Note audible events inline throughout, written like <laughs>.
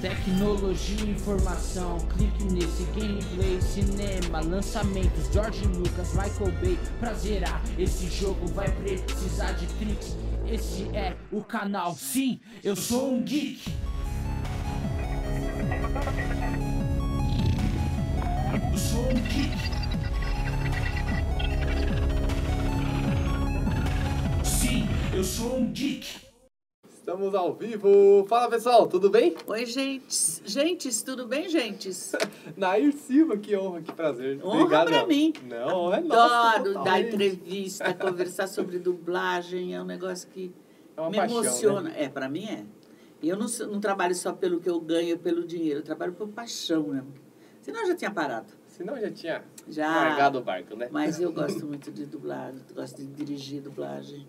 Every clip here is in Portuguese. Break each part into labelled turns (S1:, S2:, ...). S1: Tecnologia e informação, clique nesse gameplay, cinema, lançamentos, George Lucas, Michael Bay, pra zerar esse jogo vai precisar de tricks. Esse é o canal, sim, eu sou um geek. Eu sou um geek. Sim, eu sou um geek.
S2: Estamos ao vivo! Fala pessoal, tudo bem?
S3: Oi, gente. Gentes, tudo bem, gentes?
S2: Nair Silva, que honra, que prazer.
S3: Honra pra mim.
S2: Não, honra é nossa.
S3: Adoro
S2: total,
S3: dar
S2: hein? <laughs>
S3: entrevista, conversar sobre dublagem, é um negócio que
S2: É uma
S3: me
S2: paixão,
S3: emociona. É, pra mim é. E Eu não, sou- não trabalho só pelo que eu ganho, pelo dinheiro, eu trabalho por paixão, né? Senão eu já tinha parado.
S2: Senão já tinha
S3: Já.
S2: largado o barco, né?
S3: Mas eu gosto muito de dublar, gosto de dirigir dublagem.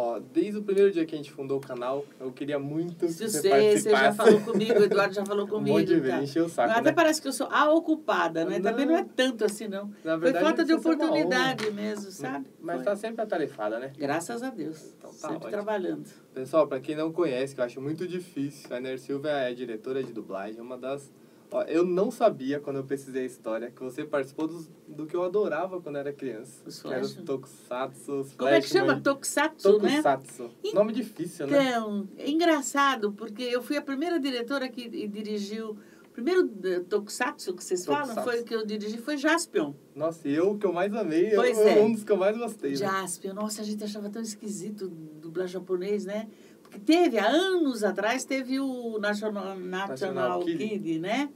S2: Ó, desde o primeiro dia que a gente fundou o canal, eu queria muito que
S3: Se
S2: você,
S3: você,
S2: participasse.
S3: você já falou comigo, o Eduardo já falou
S2: <laughs> um
S3: comigo.
S2: monte de vezes,
S3: tá?
S2: encheu o saco,
S3: Até
S2: né?
S3: parece que eu sou a ocupada, né? Também não é
S2: Não.
S3: tanto assim, não.
S2: Na
S3: Foi
S2: verdade,
S3: falta de
S2: isso é uma honra.
S3: oportunidade mesmo, sabe?
S2: Mas
S3: Foi.
S2: tá sempre atarefada, né?
S3: Graças a Deus.
S2: Então tá
S3: Sempre
S2: ótimo. é
S3: trabalhando.
S2: Pessoal, pra quem não conhece, que eu acho muito difícil, a Nair Silva é diretora de dublagem, uma das... Ó, eu não sabia, quando eu pesquisei a história, que você participou dos, do que eu adorava quando era criança.
S3: Os
S2: que era os
S3: flash?
S2: Tokusatsu, os
S3: Como é que
S2: Flashman.
S3: chama? Tokusatsu, né?
S2: Tokusatsu. Nome difícil, né?
S3: Então, é engraçado, porque eu fui a primeira diretora que e dirigiu. O primeiro eh, Tokusatsu que vocês falam
S2: Tokusatsu.
S3: foi o que eu dirigi, foi Jaspion.
S2: Nossa, e eu o que eu mais amei, eu-
S3: Pois
S2: eu,
S3: é.
S2: um dos que eu mais gostei. né?
S3: Jaspion, nossa, a gente achava tão esquisito dublar japonês, né? Porque teve, há anos atrás, teve o National, National,
S2: National Kid.
S3: Kid. né?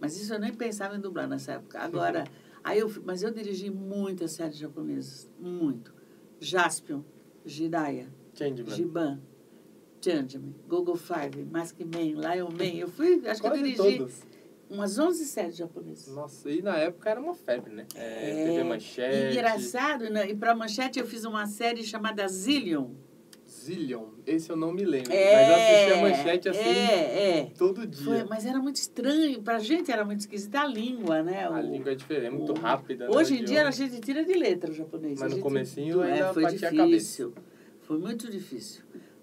S3: Mas isso eu nem pensava em dublar nessa
S2: Uhum.
S3: época. Agora, aí eu, fui- mas eu dirigi muitas séries japonesas, muito. Jaspion, Jiraiya,
S2: Changeman.
S3: Giban, Changeman, Gogo Five, Mask Man, Lion Man. Eu fui, acho que eu
S2: Quase
S3: dirigi
S2: todos.
S3: umas 11 séries japonesas.
S2: Nossa, e na época era uma febre, né? É, TV Manchete.
S3: Engraçado, né? e para manchete eu fiz uma série chamada Zillion.
S2: Zillion. Esse eu não me lembro. mas
S3: É,
S2: eu assistia manchete assim
S3: É, é.
S2: todo dia.
S3: Foi, mas era muito estranho. Pra gente era muito esquisita a língua, né?
S2: A
S3: O-
S2: língua é diferente, é muito
S3: o-
S2: rápida. né,
S3: Hoje em
S2: de
S3: dia a
S2: hoje.
S3: gente tira de letra o japonês.
S2: Mas
S3: A
S2: no
S3: gente-
S2: comecinho
S3: É,
S2: ainda
S3: foi
S2: batia a cabeça.
S3: difícil. Foi muito difícil.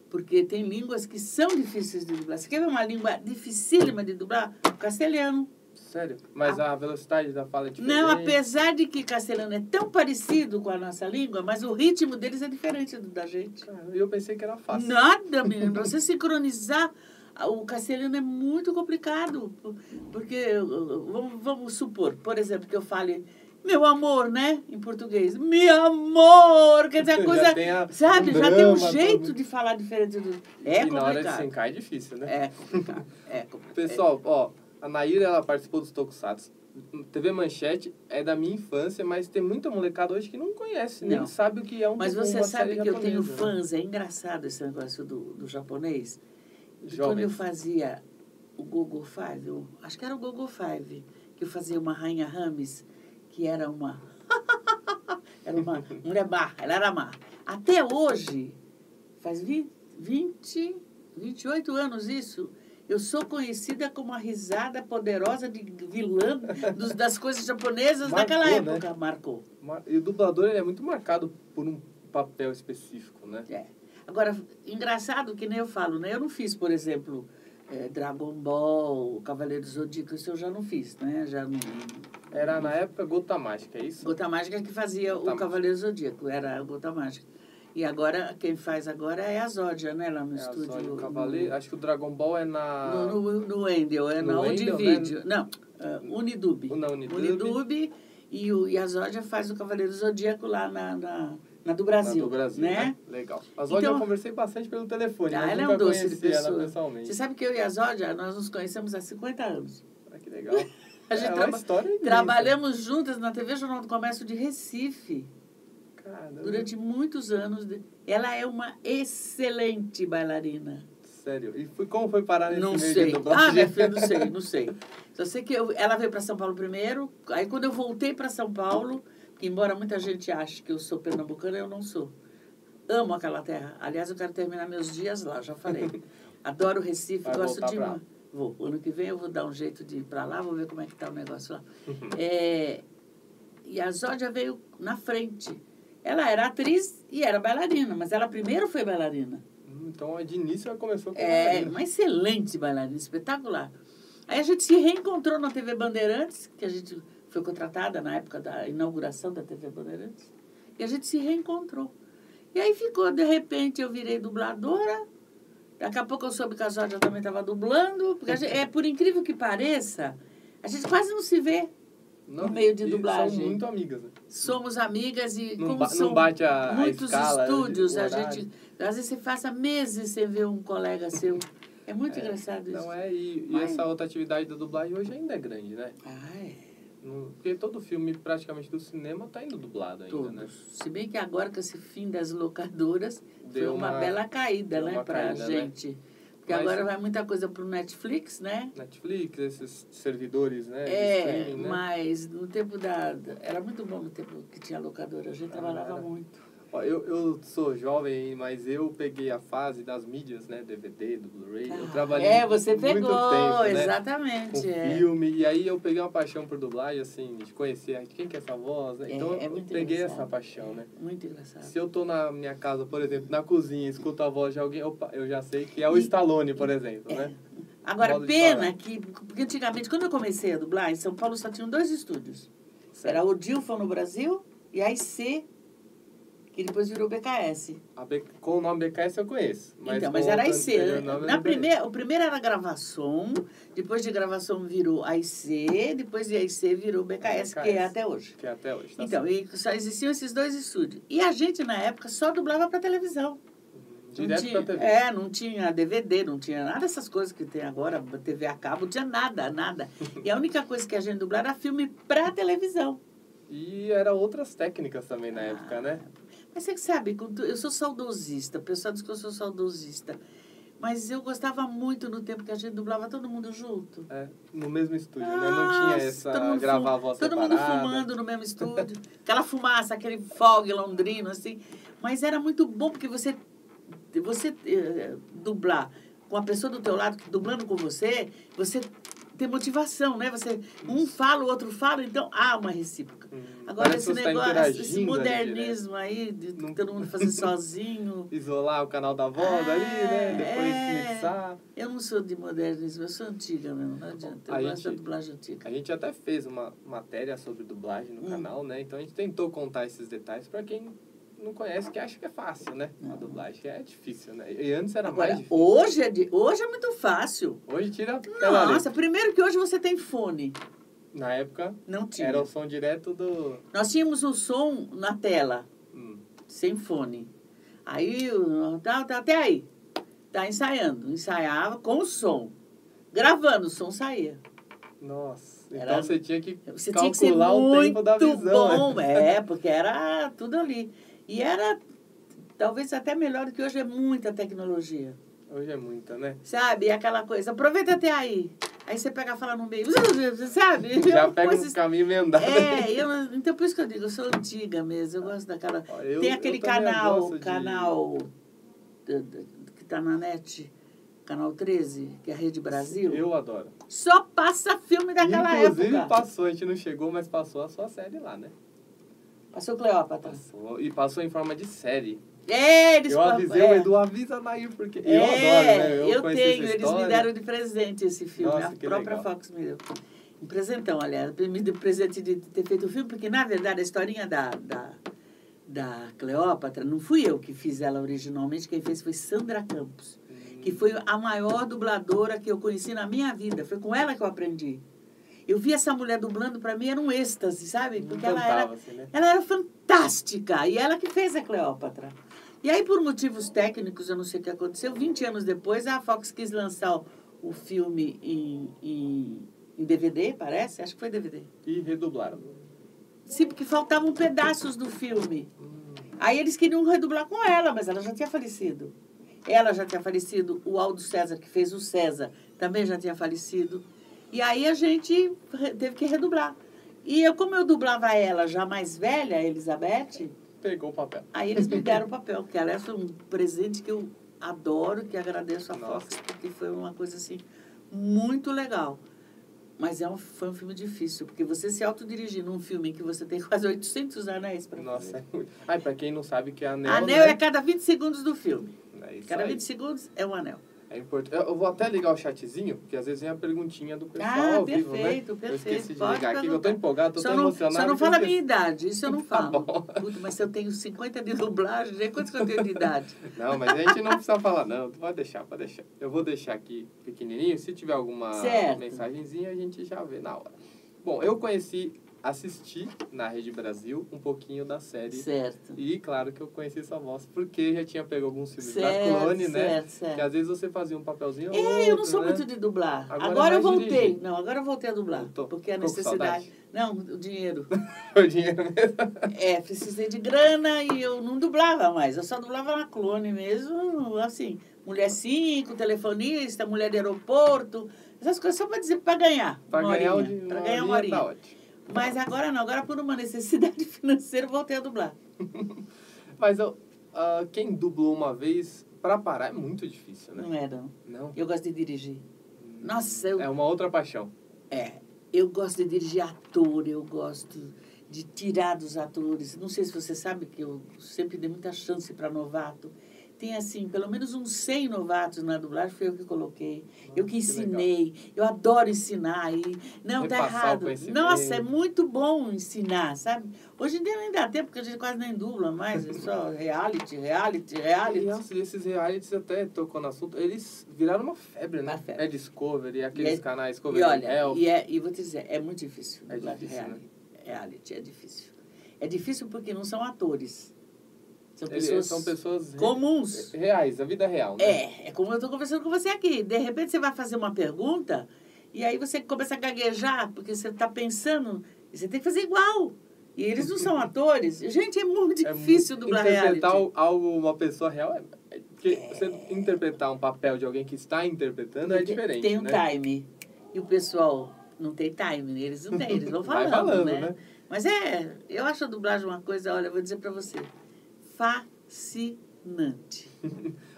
S3: Porque tem línguas que são difíceis de dublar. Você quer ver uma língua dificílima de dublar? O castelhano.
S2: Sério? Mas a velocidade da fala é diferente.
S3: Não, apesar de que castelhano é tão parecido com a nossa língua, mas o ritmo deles é diferente do da gente.
S2: Ah, Eu pensei que era fácil.
S3: Nada, menino. Pra você sincronizar, ah, o castelhano é muito complicado. po- Porque, eh, vamos, vamos supor, por exemplo, que eu fale meu amor, né? Em português. Meu amor! Quer dizer,
S2: <laughs>
S3: a
S2: Já
S3: coisa.
S2: tem a-
S3: Sabe,
S2: um
S3: já tem um
S2: drama,
S3: jeito
S2: tudo.
S3: de falar diferente do. É
S2: e na hora de
S3: complicado.
S2: sincar é difícil, né?
S3: É complicado. É complicado.
S2: Pessoal, ó, a Naira ela participou dos Tokusatsu. TV Manchete é da minha infância, mas tem muita molecada hoje que não conhece, nem
S3: Não.
S2: sabe o que é um
S3: Mas
S2: uma
S3: você sabe
S2: série
S3: que eu tenho
S2: japonesa.
S3: fãs, é engraçado esse negócio do, do japonês. E Quando eu
S2: Jovens.
S3: fazia o Gogo Five, eu- acho que era o Gogo Five, que eu fazia uma rainha Rames, que era uma. <laughs> era uma mulher barra, ela era má. Até hoje, faz 20, 20, 28 anos isso. Eu sou conhecida como a risada poderosa de vilã dos- das coisas japonesas
S2: Marcou,
S3: daquela
S2: né?
S3: época, marcou.
S2: Mar- E o dublador ele é muito marcado por um papel específico, né?
S3: É. Agora, engraçado que nem eu falo, né? Eu não fiz, por exemplo, eh, Dragon Ball, Cavaleiros Zodíaco, isso eu já não fiz, né? Já não...
S2: Era na época Gota Mágica, é isso?
S3: Gota Mágica que fazia
S2: Gota
S3: o
S2: Mágica.
S3: Cavaleiro Zodíaco, era a Gota Mágica. E agora, quem faz agora é a Zódia, né? Lá no
S2: É,
S3: estúdio.
S2: só o
S3: no-
S2: Cavaleiro. Acho que o Dragon Ball é na.
S3: No, no, no Endel, é
S2: No
S3: na
S2: Wendel,
S3: Univídeo. Não, eh, Unidub.
S2: Na Unidub.
S3: Unidub e, o, e a Zódia faz o Cavaleiro Zodíaco lá na, na, na do
S2: na
S3: Brasil.
S2: do Brasil,
S3: né?
S2: né? Legal. A Zod eu
S3: Então-
S2: conversei bastante pelo telefone,
S3: Ah,
S2: mas
S3: ela é
S2: nunca
S3: um doce de
S2: conheci ela
S3: pessoa.
S2: pessoalmente.
S3: Você sabe que eu e a Zódia, nós nos conhecemos há 50 anos.
S2: Ah, que legal.
S3: <laughs> A gente
S2: é uma
S3: traba-
S2: história imensa.
S3: Trabalhamos juntas na TV Jornal do Comércio de Recife
S2: Caramba.
S3: durante muitos anos. De- Ela é uma excelente bailarina.
S2: Sério. E foi, como foi parar nesse
S3: Não
S2: meio
S3: sei.
S2: de dublagem?
S3: Ah, minha filha, não sei, não sei.
S2: <laughs>
S3: Só sei que eu- ela veio para São Paulo primeiro. Aí quando eu voltei para São Paulo, que embora muita gente ache que eu sou pernambucana, eu não sou. Amo aquela terra. Aliás, eu quero terminar meus dias lá,
S2: <laughs>
S3: já falei. Adoro Recife,
S2: Vai
S3: gosto
S2: voltar
S3: de.
S2: pra
S3: uma-
S2: lá.
S3: Vou. Ano que vem eu vou dar um jeito de ir para lá, vou ver como é que tá o negócio lá.
S2: Uhum.
S3: É, e a Zódia veio na frente. Ela era atriz e era bailarina, mas ela primeiro foi bailarina.
S2: Hum, Então, de início, ela começou com
S3: É
S2: bailarina.
S3: uma excelente bailarina, espetacular. Aí a gente se reencontrou na TV Bandeirantes, que a gente foi contratada na época da inauguração da TV Bandeirantes, e a gente se reencontrou. E aí ficou, de repente, eu virei dubladora, daqui a pouco eu soube que a Jorge também estava dublando, porque a gente- é por incrível que pareça, a gente quase não se vê.
S2: Não,
S3: meio de
S2: e
S3: dublagem.
S2: São muito amigas. Né?
S3: Somos amigas e
S2: Não,
S3: como
S2: ba-
S3: são
S2: não bate a, a
S3: muitos
S2: escala.
S3: estúdios,
S2: o
S3: a
S2: horário.
S3: gente às vezes você passa meses sem ver um colega seu. É muito
S2: É,
S3: engraçado isso.
S2: Não é, e, e
S3: Mas-
S2: essa outra atividade da dublagem hoje ainda é grande, né?
S3: Ah, é.
S2: Não- Porque todo filme, praticamente, do cinema tá indo dublado ainda,
S3: Todos.
S2: né?
S3: Se bem que agora com esse fim das locadoras foi
S2: Deu
S3: uma,
S2: uma
S3: bela caída,
S2: deu
S3: né,
S2: uma
S3: pra
S2: caída, né?
S3: gente. Porque
S2: Mas-
S3: agora vai muita coisa pro Netflix, né?
S2: Netflix, esses servidores, né? de
S3: É,
S2: streaming, né?
S3: mas no tempo da. da- Era muito bom o tempo que tinha locadora, a gente trabalhava
S2: era.
S3: muito.
S2: Ó, eu, eu sou jovem, mas eu peguei a fase das mídias, né? DVD, do Blu-ray. eu trabalhei
S3: é, você
S2: muito
S3: pegou,
S2: tempo, né? com
S3: exatamente. é.
S2: filme. E aí eu peguei uma paixão por dublagem, assim, de conhecer ah, quem que é essa voz, né?
S3: É,
S2: Então
S3: é
S2: eu
S3: muito
S2: peguei
S3: engraçado.
S2: essa paixão, né?
S3: Muito engraçado.
S2: Se eu tô na minha casa, por exemplo, na cozinha, escuto a voz de alguém, opa, eu já sei que é o
S3: E-
S2: Stallone, por exemplo,
S3: É.
S2: né?
S3: Agora,
S2: Modo de
S3: pena
S2: falar.
S3: que, porque antigamente, quando eu comecei a dublar, em São Paulo só tinham dois estúdios.
S2: Certo.
S3: Era o Dilfon no Brasil e a IC, que depois virou BKS.
S2: A B- Com o nome BKS eu conheço. Mas
S3: então,
S2: com
S3: mas era a
S2: outro
S3: IC.
S2: anterior nome eu
S3: Na
S2: não conheço.
S3: primeira, o primeiro era gravação, depois de gravação virou a IC, depois de IC virou BKS, que é
S2: BKS.
S3: até hoje.
S2: Que é até hoje, tá
S3: Então,
S2: certo.
S3: e só existiam esses dois estúdios. E a gente, na época, só dublava para televisão.
S2: Direto
S3: não tinha,
S2: pra TV.
S3: É, não tinha DVD, não tinha nada dessas coisas que tem agora, TV a cabo, não tinha nada, nada. E a única coisa que a gente dublava era filme pra televisão.
S2: E era outras técnicas também na
S3: Ah.
S2: época, né?
S3: Mas você que sabe, com tu- eu sou saudosista, o pessoal diz que eu sou saudosista. Mas eu gostava muito no tempo que a gente dublava todo mundo junto.
S2: É, no mesmo estúdio, né? Não tinha
S3: Ah, todo
S2: essa
S3: mundo
S2: gravar a
S3: fum-
S2: voz
S3: Todo mundo
S2: separada.
S3: fumando no mesmo estúdio. <laughs> aquela fumaça, aquele fog londrino, assim. Mas era muito bom, porque você, você eh, dublar com a pessoa do teu lado, dublando com você, você tem motivação, né? Você, um fala, o outro fala, então há uma recíproca.
S2: Hum,
S3: Agora,
S2: parece
S3: esse
S2: que você tá
S3: negócio, esse
S2: interagindo ali direto.
S3: modernismo aí, de
S2: Não-
S3: todo mundo
S2: <laughs>
S3: fazer sozinho.
S2: Isolar o canal da voz
S3: É,
S2: ali, né? Depois
S3: é.
S2: mixar.
S3: Eu não sou de modernismo, eu sou antiga mesmo, não adianta. Eu
S2: A
S3: gosto da
S2: gente-
S3: dublagem antiga.
S2: A gente até fez uma matéria sobre dublagem no
S3: Hum.
S2: canal, né? Então a gente tentou contar esses detalhes pra quem não conhece, que acha que é fácil, né? A
S3: Não.
S2: dublagem é difícil, né? E antes era
S3: Hum. Agora,
S2: mais difícil.
S3: hoje é, de, hoje é muito fácil.
S2: Hoje tira pela letra.
S3: Nossa, primeiro que hoje você tem fone.
S2: Na época
S3: Não tinha.
S2: era o som direto do.
S3: Nós tínhamos o som na tela,
S2: Hum,
S3: sem fone. Aí, o- tá, tá até aí. Tá ensaiando. Ensaiava com o som. Gravando, o som saía.
S2: Nossa.
S3: Era-
S2: Então você tinha que
S3: Você tinha que ser
S2: calcular o tempo da
S3: muito
S2: visão. né?
S3: bom. É, porque era tudo ali. E era, talvez, até melhor do que hoje é muita tecnologia.
S2: Hoje é muita,
S3: <laughs>
S2: né?
S3: Sabe? Aquela coisa. Aproveita até aí. Aí você pega e fala no meio. <laughs> Sabe?
S2: <laughs> Já pega
S3: Coisas-
S2: um caminho emendado.
S3: É, eu, então por isso que eu digo, eu sou antiga mesmo, eu gosto daquela.
S2: Ó, eu-
S3: É, tem
S2: eu
S3: aquele
S2: também
S3: canal,
S2: gosto de-
S3: canal d- d- que tá na net, canal 13, que é a Rede Brasil.
S2: Eu adoro.
S3: Só passa filme daquela
S2: Inclusive
S3: época.
S2: passou, a gente não chegou, mas passou a sua série lá, né?
S3: Passou Cleópatra.
S2: Passou. E passou em forma de série.
S3: É, eles
S2: eu
S3: pa-
S2: avisei
S3: é.
S2: o Edu, avisa Nair, porque eu
S3: É,
S2: adoro, né? Eu,
S3: eu
S2: conheci
S3: tenho,
S2: essa
S3: eles me
S2: história.
S3: deram de presente esse filme.
S2: Nossa,
S3: a
S2: que
S3: própria
S2: legal.
S3: Fox me deu. Um presentão, aliás. Me deu presente de ter feito o filme, porque, na verdade, a historinha da, da, da Cleópatra, não fui eu que fiz ela originalmente, quem fez foi Sandra Campos,
S2: Hum,
S3: que foi a maior dubladora que eu conheci na minha vida. Foi com ela que eu aprendi. Eu vi essa mulher dublando, para mim era um êxtase, sabe?
S2: Não
S3: Porque ela
S2: cantava,
S3: era
S2: assim, né?
S3: ela era fantástica e ela que fez a Cleópatra. E aí, por motivos técnicos, eu não sei o que aconteceu, 20 anos depois, a Fox quis lançar o, o filme em, em, em DVD, parece? Acho que foi DVD.
S2: E redublaram.
S3: Sim, porque faltavam pedaços do filme. Aí eles queriam redublar com ela, mas ela já tinha falecido. Ela já tinha falecido, o Aldo César, que fez o César, também já tinha falecido. E aí a gente re- teve que redublar. E eu, como eu dublava ela já mais velha, a Elizabeth,
S2: Pegou o papel.
S3: Aí eles me deram o papel, que aliás foi um presente que eu adoro, que agradeço a
S2: Nossa.
S3: Fox, porque foi uma coisa assim muito legal. Mas é um, foi um filme difícil, porque você se autodirigir num filme em que você tem <laughs> quase 800 anéis para
S2: Nossa,
S3: fazer.
S2: é muito. Ai, pra quem não sabe que é anel.
S3: Anel,
S2: né?
S3: é cada 20 segundos do filme.
S2: é. isso
S3: Cada
S2: aí.
S3: 20 segundos é um anel.
S2: É É importante. Eu vou até ligar o chatzinho, porque às vezes vem a perguntinha do pessoal
S3: Ah,
S2: ao vivo, né?
S3: perfeito,
S2: Eu esqueci
S3: perfeito.
S2: de
S3: Pode
S2: ligar aqui, que eu tô
S3: perguntar.
S2: empolgado, tô
S3: Só
S2: tão
S3: não, só
S2: emocionado.
S3: não
S2: que eu
S3: fala a minha
S2: esqueci.
S3: idade, isso eu não
S2: <laughs> Tá
S3: falo.
S2: bom.
S3: Puta, mas se eu tenho 50 de dublagem, né? quantos que eu tenho de idade?
S2: Não, mas a gente não precisa falar, não. Tu pode deixar, pode deixar. Eu vou deixar aqui pequenininho. Se tiver alguma
S3: Certo.
S2: mensagenzinha, a gente já vê na hora. Bom, eu conheci, assisti na Rede Brasil um pouquinho da série.
S3: Certo.
S2: E claro que eu conheci sua voz, porque já tinha pego alguns filmes da
S3: Certo,
S2: Clone, né?
S3: certo,
S2: Que
S3: certo.
S2: às vezes você fazia um papelzinho ou
S3: É, eu não sou
S2: outro, né?
S3: muito de dublar.
S2: Agora
S3: Agora,
S2: é
S3: eu
S2: mais
S3: voltei.
S2: dirigir.
S3: Não, agora eu voltei a dublar.
S2: Eu tô-
S3: porque a
S2: tô com
S3: necessidade.
S2: <laughs>
S3: Não, o dinheiro.
S2: O dinheiro mesmo.
S3: É, precisei de grana e eu não dublava mais. Eu só dublava na clone mesmo, assim. Mulher 5, telefonista, mulher de aeroporto. Essas coisas só para dizer, para ganhar.
S2: Pra
S3: uma
S2: ganhar, o
S3: horinha,
S2: dinheiro,
S3: pra ganhar uma
S2: horinha,
S3: horinha.
S2: tá ótimo.
S3: Mas agora não, agora por uma necessidade <laughs> financeira eu voltei a dublar.
S2: Mas eu, ah, quem dublou uma vez, pra parar é muito difícil, né?
S3: Não é, não.
S2: Não.
S3: Eu gosto de dirigir. Nossa, eu,
S2: É uma outra paixão.
S3: é, eu gosto de dirigir ator, eu gosto de tirar dos atores. Não sei se você sabe que eu sempre dei muita chance para novato. Tem, assim, pelo menos uns 100 novatos na dublagem, foi eu que coloquei. eu que
S2: Nossa, Ah, legal.
S3: ensinei. eu adoro ensinar. E não, tá
S2: Repassar o
S3: errado.
S2: conhecimento.
S3: Nossa, é muito bom ensinar, sabe? Hoje em dia nem dá tempo, porque a gente quase nem dubla mais. É só reality, reality, reality.
S2: Aliás, esses realities até tocou no assunto, eles viraram uma febre, né?
S3: Uma febre.
S2: É Discovery, aqueles
S3: E é-
S2: canais
S3: E
S2: Discovery
S3: olha,
S2: Health.
S3: e, é, e vou te dizer, é muito difícil.
S2: É
S3: dublar
S2: difícil,
S3: reali- Reality, é difícil. É difícil porque não são atores. São
S2: Eles
S3: é pessoas,
S2: são pessoas né? re-
S3: comuns.
S2: reais, a vida real, né?
S3: É, é como eu estou conversando com você aqui. De repente você vai fazer uma pergunta e aí você começa a gaguejar porque você está pensando e você tem que fazer igual. E eles
S2: <laughs>
S3: não são atores. Gente, é muito
S2: É
S3: difícil
S2: muito-
S3: dublar
S2: Interpretar
S3: reality.
S2: algo, uma pessoa real é. é- Porque você interpretar um papel de alguém que está interpretando é
S3: Tem-
S2: diferente.
S3: Tem um
S2: né?
S3: time. E o pessoal não tem time. né? Eles não têm, eles
S2: <laughs>
S3: vão
S2: Vai
S3: falando,
S2: falando,
S3: né?
S2: né?
S3: Mas é, eu acho a dublagem uma coisa, olha, eu vou dizer pra você, fascinante.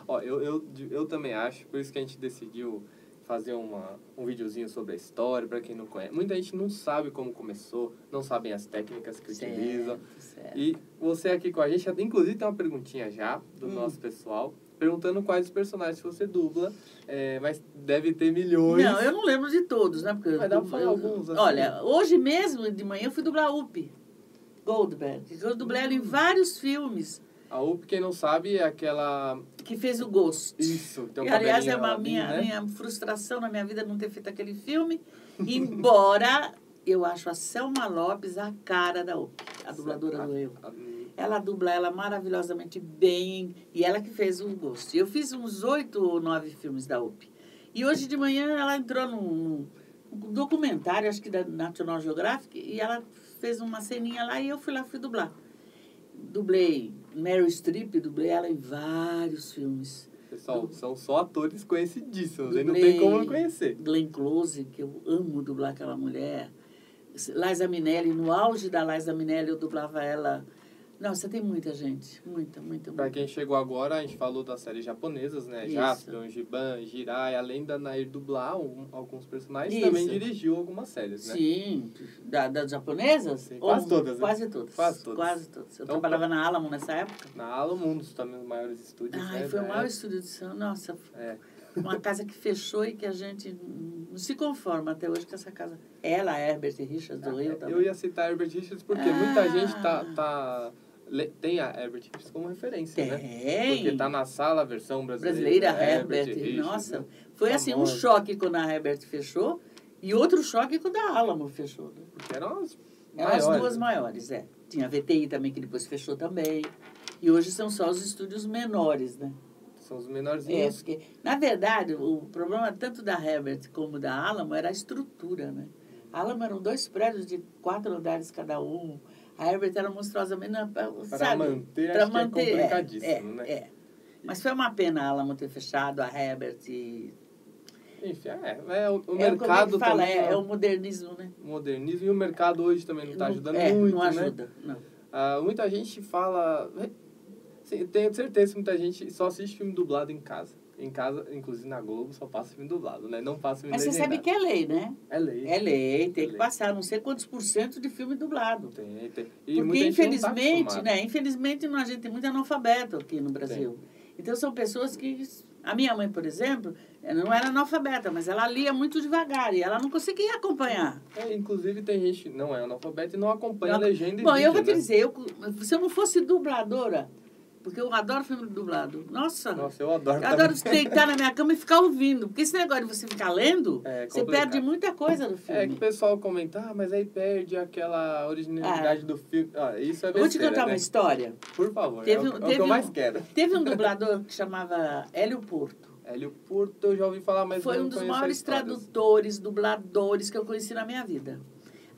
S2: Ó, eu, eu, eu também acho, por isso que a gente decidiu fazer uma, um videozinho sobre a história, para quem não conhece. Muita gente não sabe como começou, não sabem as técnicas que utilizam.
S3: Certo, certo.
S2: E você aqui com a gente, inclusive tem uma perguntinha já do
S3: Hum.
S2: nosso pessoal, perguntando quais personagens você dubla, é, mas deve ter milhões.
S3: Não, eu não lembro de todos, né? Porque eu
S2: Mas dá pra
S3: dublo-
S2: falar
S3: eu-
S2: alguns, assim.
S3: Olha, hoje mesmo, de manhã, eu fui dublar a UP. Goldberg. que Eu dublei ela em vários filmes
S2: A UP, quem não sabe, é aquela...
S3: que fez o Ghost.
S2: Isso, tem um
S3: E, aliás, é
S2: cabelinho
S3: uma
S2: rabinho,
S3: minha,
S2: né?
S3: minha frustração na minha vida não ter feito aquele filme.
S2: <laughs>
S3: Embora eu acho a Selma Lopes a cara da UP, a dubladora do Eu.
S2: Ah,
S3: Ela dubla ela maravilhosamente bem e ela que fez o gosto. Eu fiz uns oito ou nove filmes da UP. E hoje de manhã ela entrou num, num documentário, acho que da National Geographic, e ela fez uma ceninha lá e eu fui lá fui dublar. Dublei Meryl Streep, dublei ela em vários filmes.
S2: Pessoal, são só atores conhecidíssimos, aí não
S3: Dublei.
S2: tem como não conhecer.
S3: Glenn Close, que eu amo dublar aquela mulher. Liza Minelli, no auge da Liza Minelli, eu dublava ela. Não, você tem muita gente. Muita, muita, muita.
S2: Pra quem chegou agora, a gente falou das séries japonesas, né?
S3: Isso.
S2: Jaspion, Giban, Jirai, além da Nair dublar algum- alguns personagens,
S3: Isso.
S2: também dirigiu algumas séries, né?
S3: Sim, da- das japonesas?
S2: Sim,
S3: Ou-
S2: quase todas, né?
S3: Quase todas.
S2: Quase todas.
S3: Quase todas. Eu
S2: Então,
S3: trabalhava na Alamo nessa época.
S2: Na Alamo, um dos também os maiores estúdios,
S3: Ai,
S2: né?
S3: foi o
S2: da
S3: maior
S2: época.
S3: estúdio de São. Nossa, foi
S2: É.
S3: uma casa que fechou e que a gente não se conforma até hoje com essa casa. Ela, Herbert e Richards, do eu
S2: Ah, é. Eu
S3: também.
S2: ia citar Herbert Richards porque
S3: Ah.
S2: muita gente tá, tá, le- tem a Herbert Richards como referência,
S3: Tem.
S2: né? Porque tá na sala a versão brasileira. né?
S3: Brasileira, Herbert. nossa, foi assim um
S2: Famosa.
S3: choque quando a Herbert fechou e outro choque quando a Alamo fechou. Né?
S2: Porque eram as
S3: Eram as
S2: maiores,
S3: duas
S2: né?
S3: maiores, é. Tinha a VTI também, que depois fechou também. E hoje são só os estúdios menores, né?
S2: São os
S3: É,
S2: menorzinhos.
S3: porque, na verdade, o problema tanto da Herbert como da Alamo era a estrutura, né? A Alamo eram dois prédios de quatro andares cada um. A Herbert era monstruosamente... Não,
S2: Pra
S3: sabe?
S2: manter,
S3: Pra
S2: acho que é complicadíssimo,
S3: é,
S2: né?
S3: é. Mas foi uma pena a Alamo ter fechado, a Herbert... e-
S2: Enfim, é, é o, o
S3: é, como é
S2: mercado
S3: que fala?
S2: também.
S3: É,
S2: ó.
S3: é o modernismo, né?
S2: modernismo e o mercado hoje também não está ajudando
S3: é,
S2: muito,
S3: não
S2: né?
S3: ajuda, não.
S2: Ah, muita gente fala... Sim, eu tenho certeza que muita gente só assiste filme dublado em casa. Em casa, inclusive na Globo, só passa filme dublado, né? Não passa filme
S3: Mas você sabe que é lei, né?
S2: É lei.
S3: É lei, tem
S2: É
S3: que
S2: lei.
S3: passar não sei quantos por cento de filme dublado.
S2: Tem, tem. E muita
S3: Porque,
S2: gente não tá
S3: infelizmente,
S2: acostumada.
S3: né? Infelizmente, nós- a gente tem muito analfabeto aqui no Brasil. Então, são pessoas que A minha mãe, por exemplo, eh, não era analfabeta, mas ela lia muito devagar e ela não conseguia acompanhar.
S2: É, inclusive tem gente que não é analfabeto e não acompanha
S3: Não,
S2: a legenda e
S3: Bom,
S2: vídeo,
S3: eu vou te
S2: né?
S3: dizer, eu, se eu não fosse dubladora, porque eu adoro filme dublado, nossa,
S2: Nossa, eu adoro
S3: eu
S2: também.
S3: adoro deitar na minha cama e ficar ouvindo, porque esse negócio de você ficar lendo,
S2: É
S3: você
S2: complicado.
S3: perde muita coisa do
S2: É que
S3: filme.
S2: o pessoal comenta, ah, mas aí perde aquela originalidade do filme. Ah, isso é besteira,
S3: vou te contar
S2: né?
S3: uma história.
S2: Por favor,
S3: Teve
S2: é
S3: um-
S2: o, é o que
S3: teve
S2: eu
S3: um-
S2: mais quero.
S3: Teve um dublador que chamava Hélio Porto.
S2: Hélio Porto, eu já ouvi falar, mas
S3: foi
S2: não
S3: um dos
S2: conheço a
S3: maiores
S2: história.
S3: tradutores, dubladores que eu conheci na minha vida.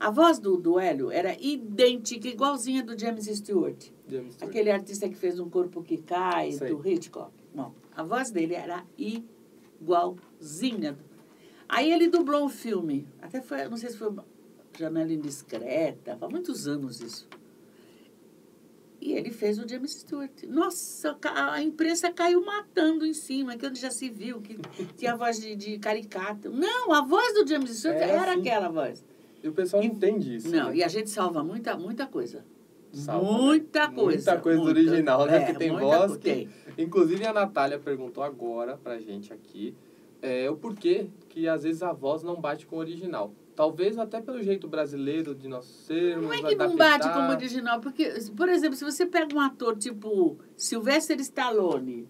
S3: A voz do, do Hélio era idêntica, igualzinha do James Stewart.
S2: James Stewart.
S3: Aquele artista que fez Um Corpo Que Cai,
S2: Sei.
S3: do Hitchcock. Bom, a voz dele era igualzinha. Aí ele dublou um filme. Até foi, não sei se foi uma Janela Indiscreta. Há muitos anos isso. E ele fez o James Stewart. Nossa, ca- a imprensa caiu matando em cima, que onde já se viu, que tinha voz de, de caricato. Não, a voz do James Stewart
S2: Era
S3: era,
S2: assim.
S3: aquela voz.
S2: E o pessoal não entende isso.
S3: Não,
S2: né?
S3: e a gente salva muita, muita coisa.
S2: Salva, né?
S3: muita coisa.
S2: Muita coisa do
S3: muita-
S2: original, né?
S3: é,
S2: Porque tem
S3: muita
S2: voz
S3: co-
S2: que-
S3: tem.
S2: Inclusive a Natália perguntou agora pra gente aqui é, o porquê que às vezes a voz não bate com o original. Talvez até pelo jeito brasileiro de nós sermos.
S3: Não é que não
S2: adaptar.
S3: bate como original, porque, por exemplo, se você pega um ator tipo Sylvester Stallone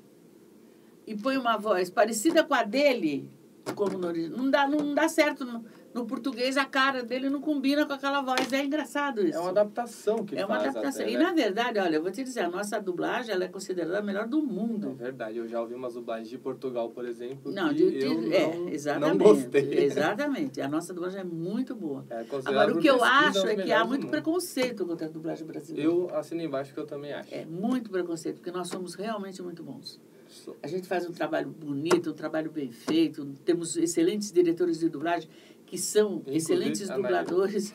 S3: e põe uma voz parecida com a dele, como no original, não dá, não dá certo. No, no português, a cara dele não combina com aquela voz. É engraçado isso.
S2: É uma adaptação que
S3: É uma
S2: faz
S3: adaptação.
S2: até,
S3: E,
S2: né?
S3: na verdade, olha, eu vou te dizer, a nossa dublagem ela é considerada a melhor do
S2: É
S3: mundo.
S2: verdade, eu já ouvi umas dublagens de Portugal, por exemplo,
S3: Não,
S2: que
S3: de, de-
S2: eu
S3: é,
S2: não,
S3: exatamente.
S2: não gostei.
S3: Exatamente. A nossa dublagem é muito boa.
S2: É considerado
S3: Agora, o
S2: por
S3: que eu
S2: pesquisa uma
S3: acho
S2: das
S3: é que
S2: melhores
S3: há
S2: do
S3: muito
S2: mundo.
S3: preconceito contra a dublagem brasileira.
S2: Eu assino embaixo que eu também acho.
S3: É muito preconceito, porque nós somos realmente muito bons.
S2: Sou-
S3: A gente faz um trabalho bonito, um trabalho bem feito, temos excelentes diretores de dublagem que são
S2: Inclusive,
S3: excelentes
S2: a <laughs>
S3: dubladores,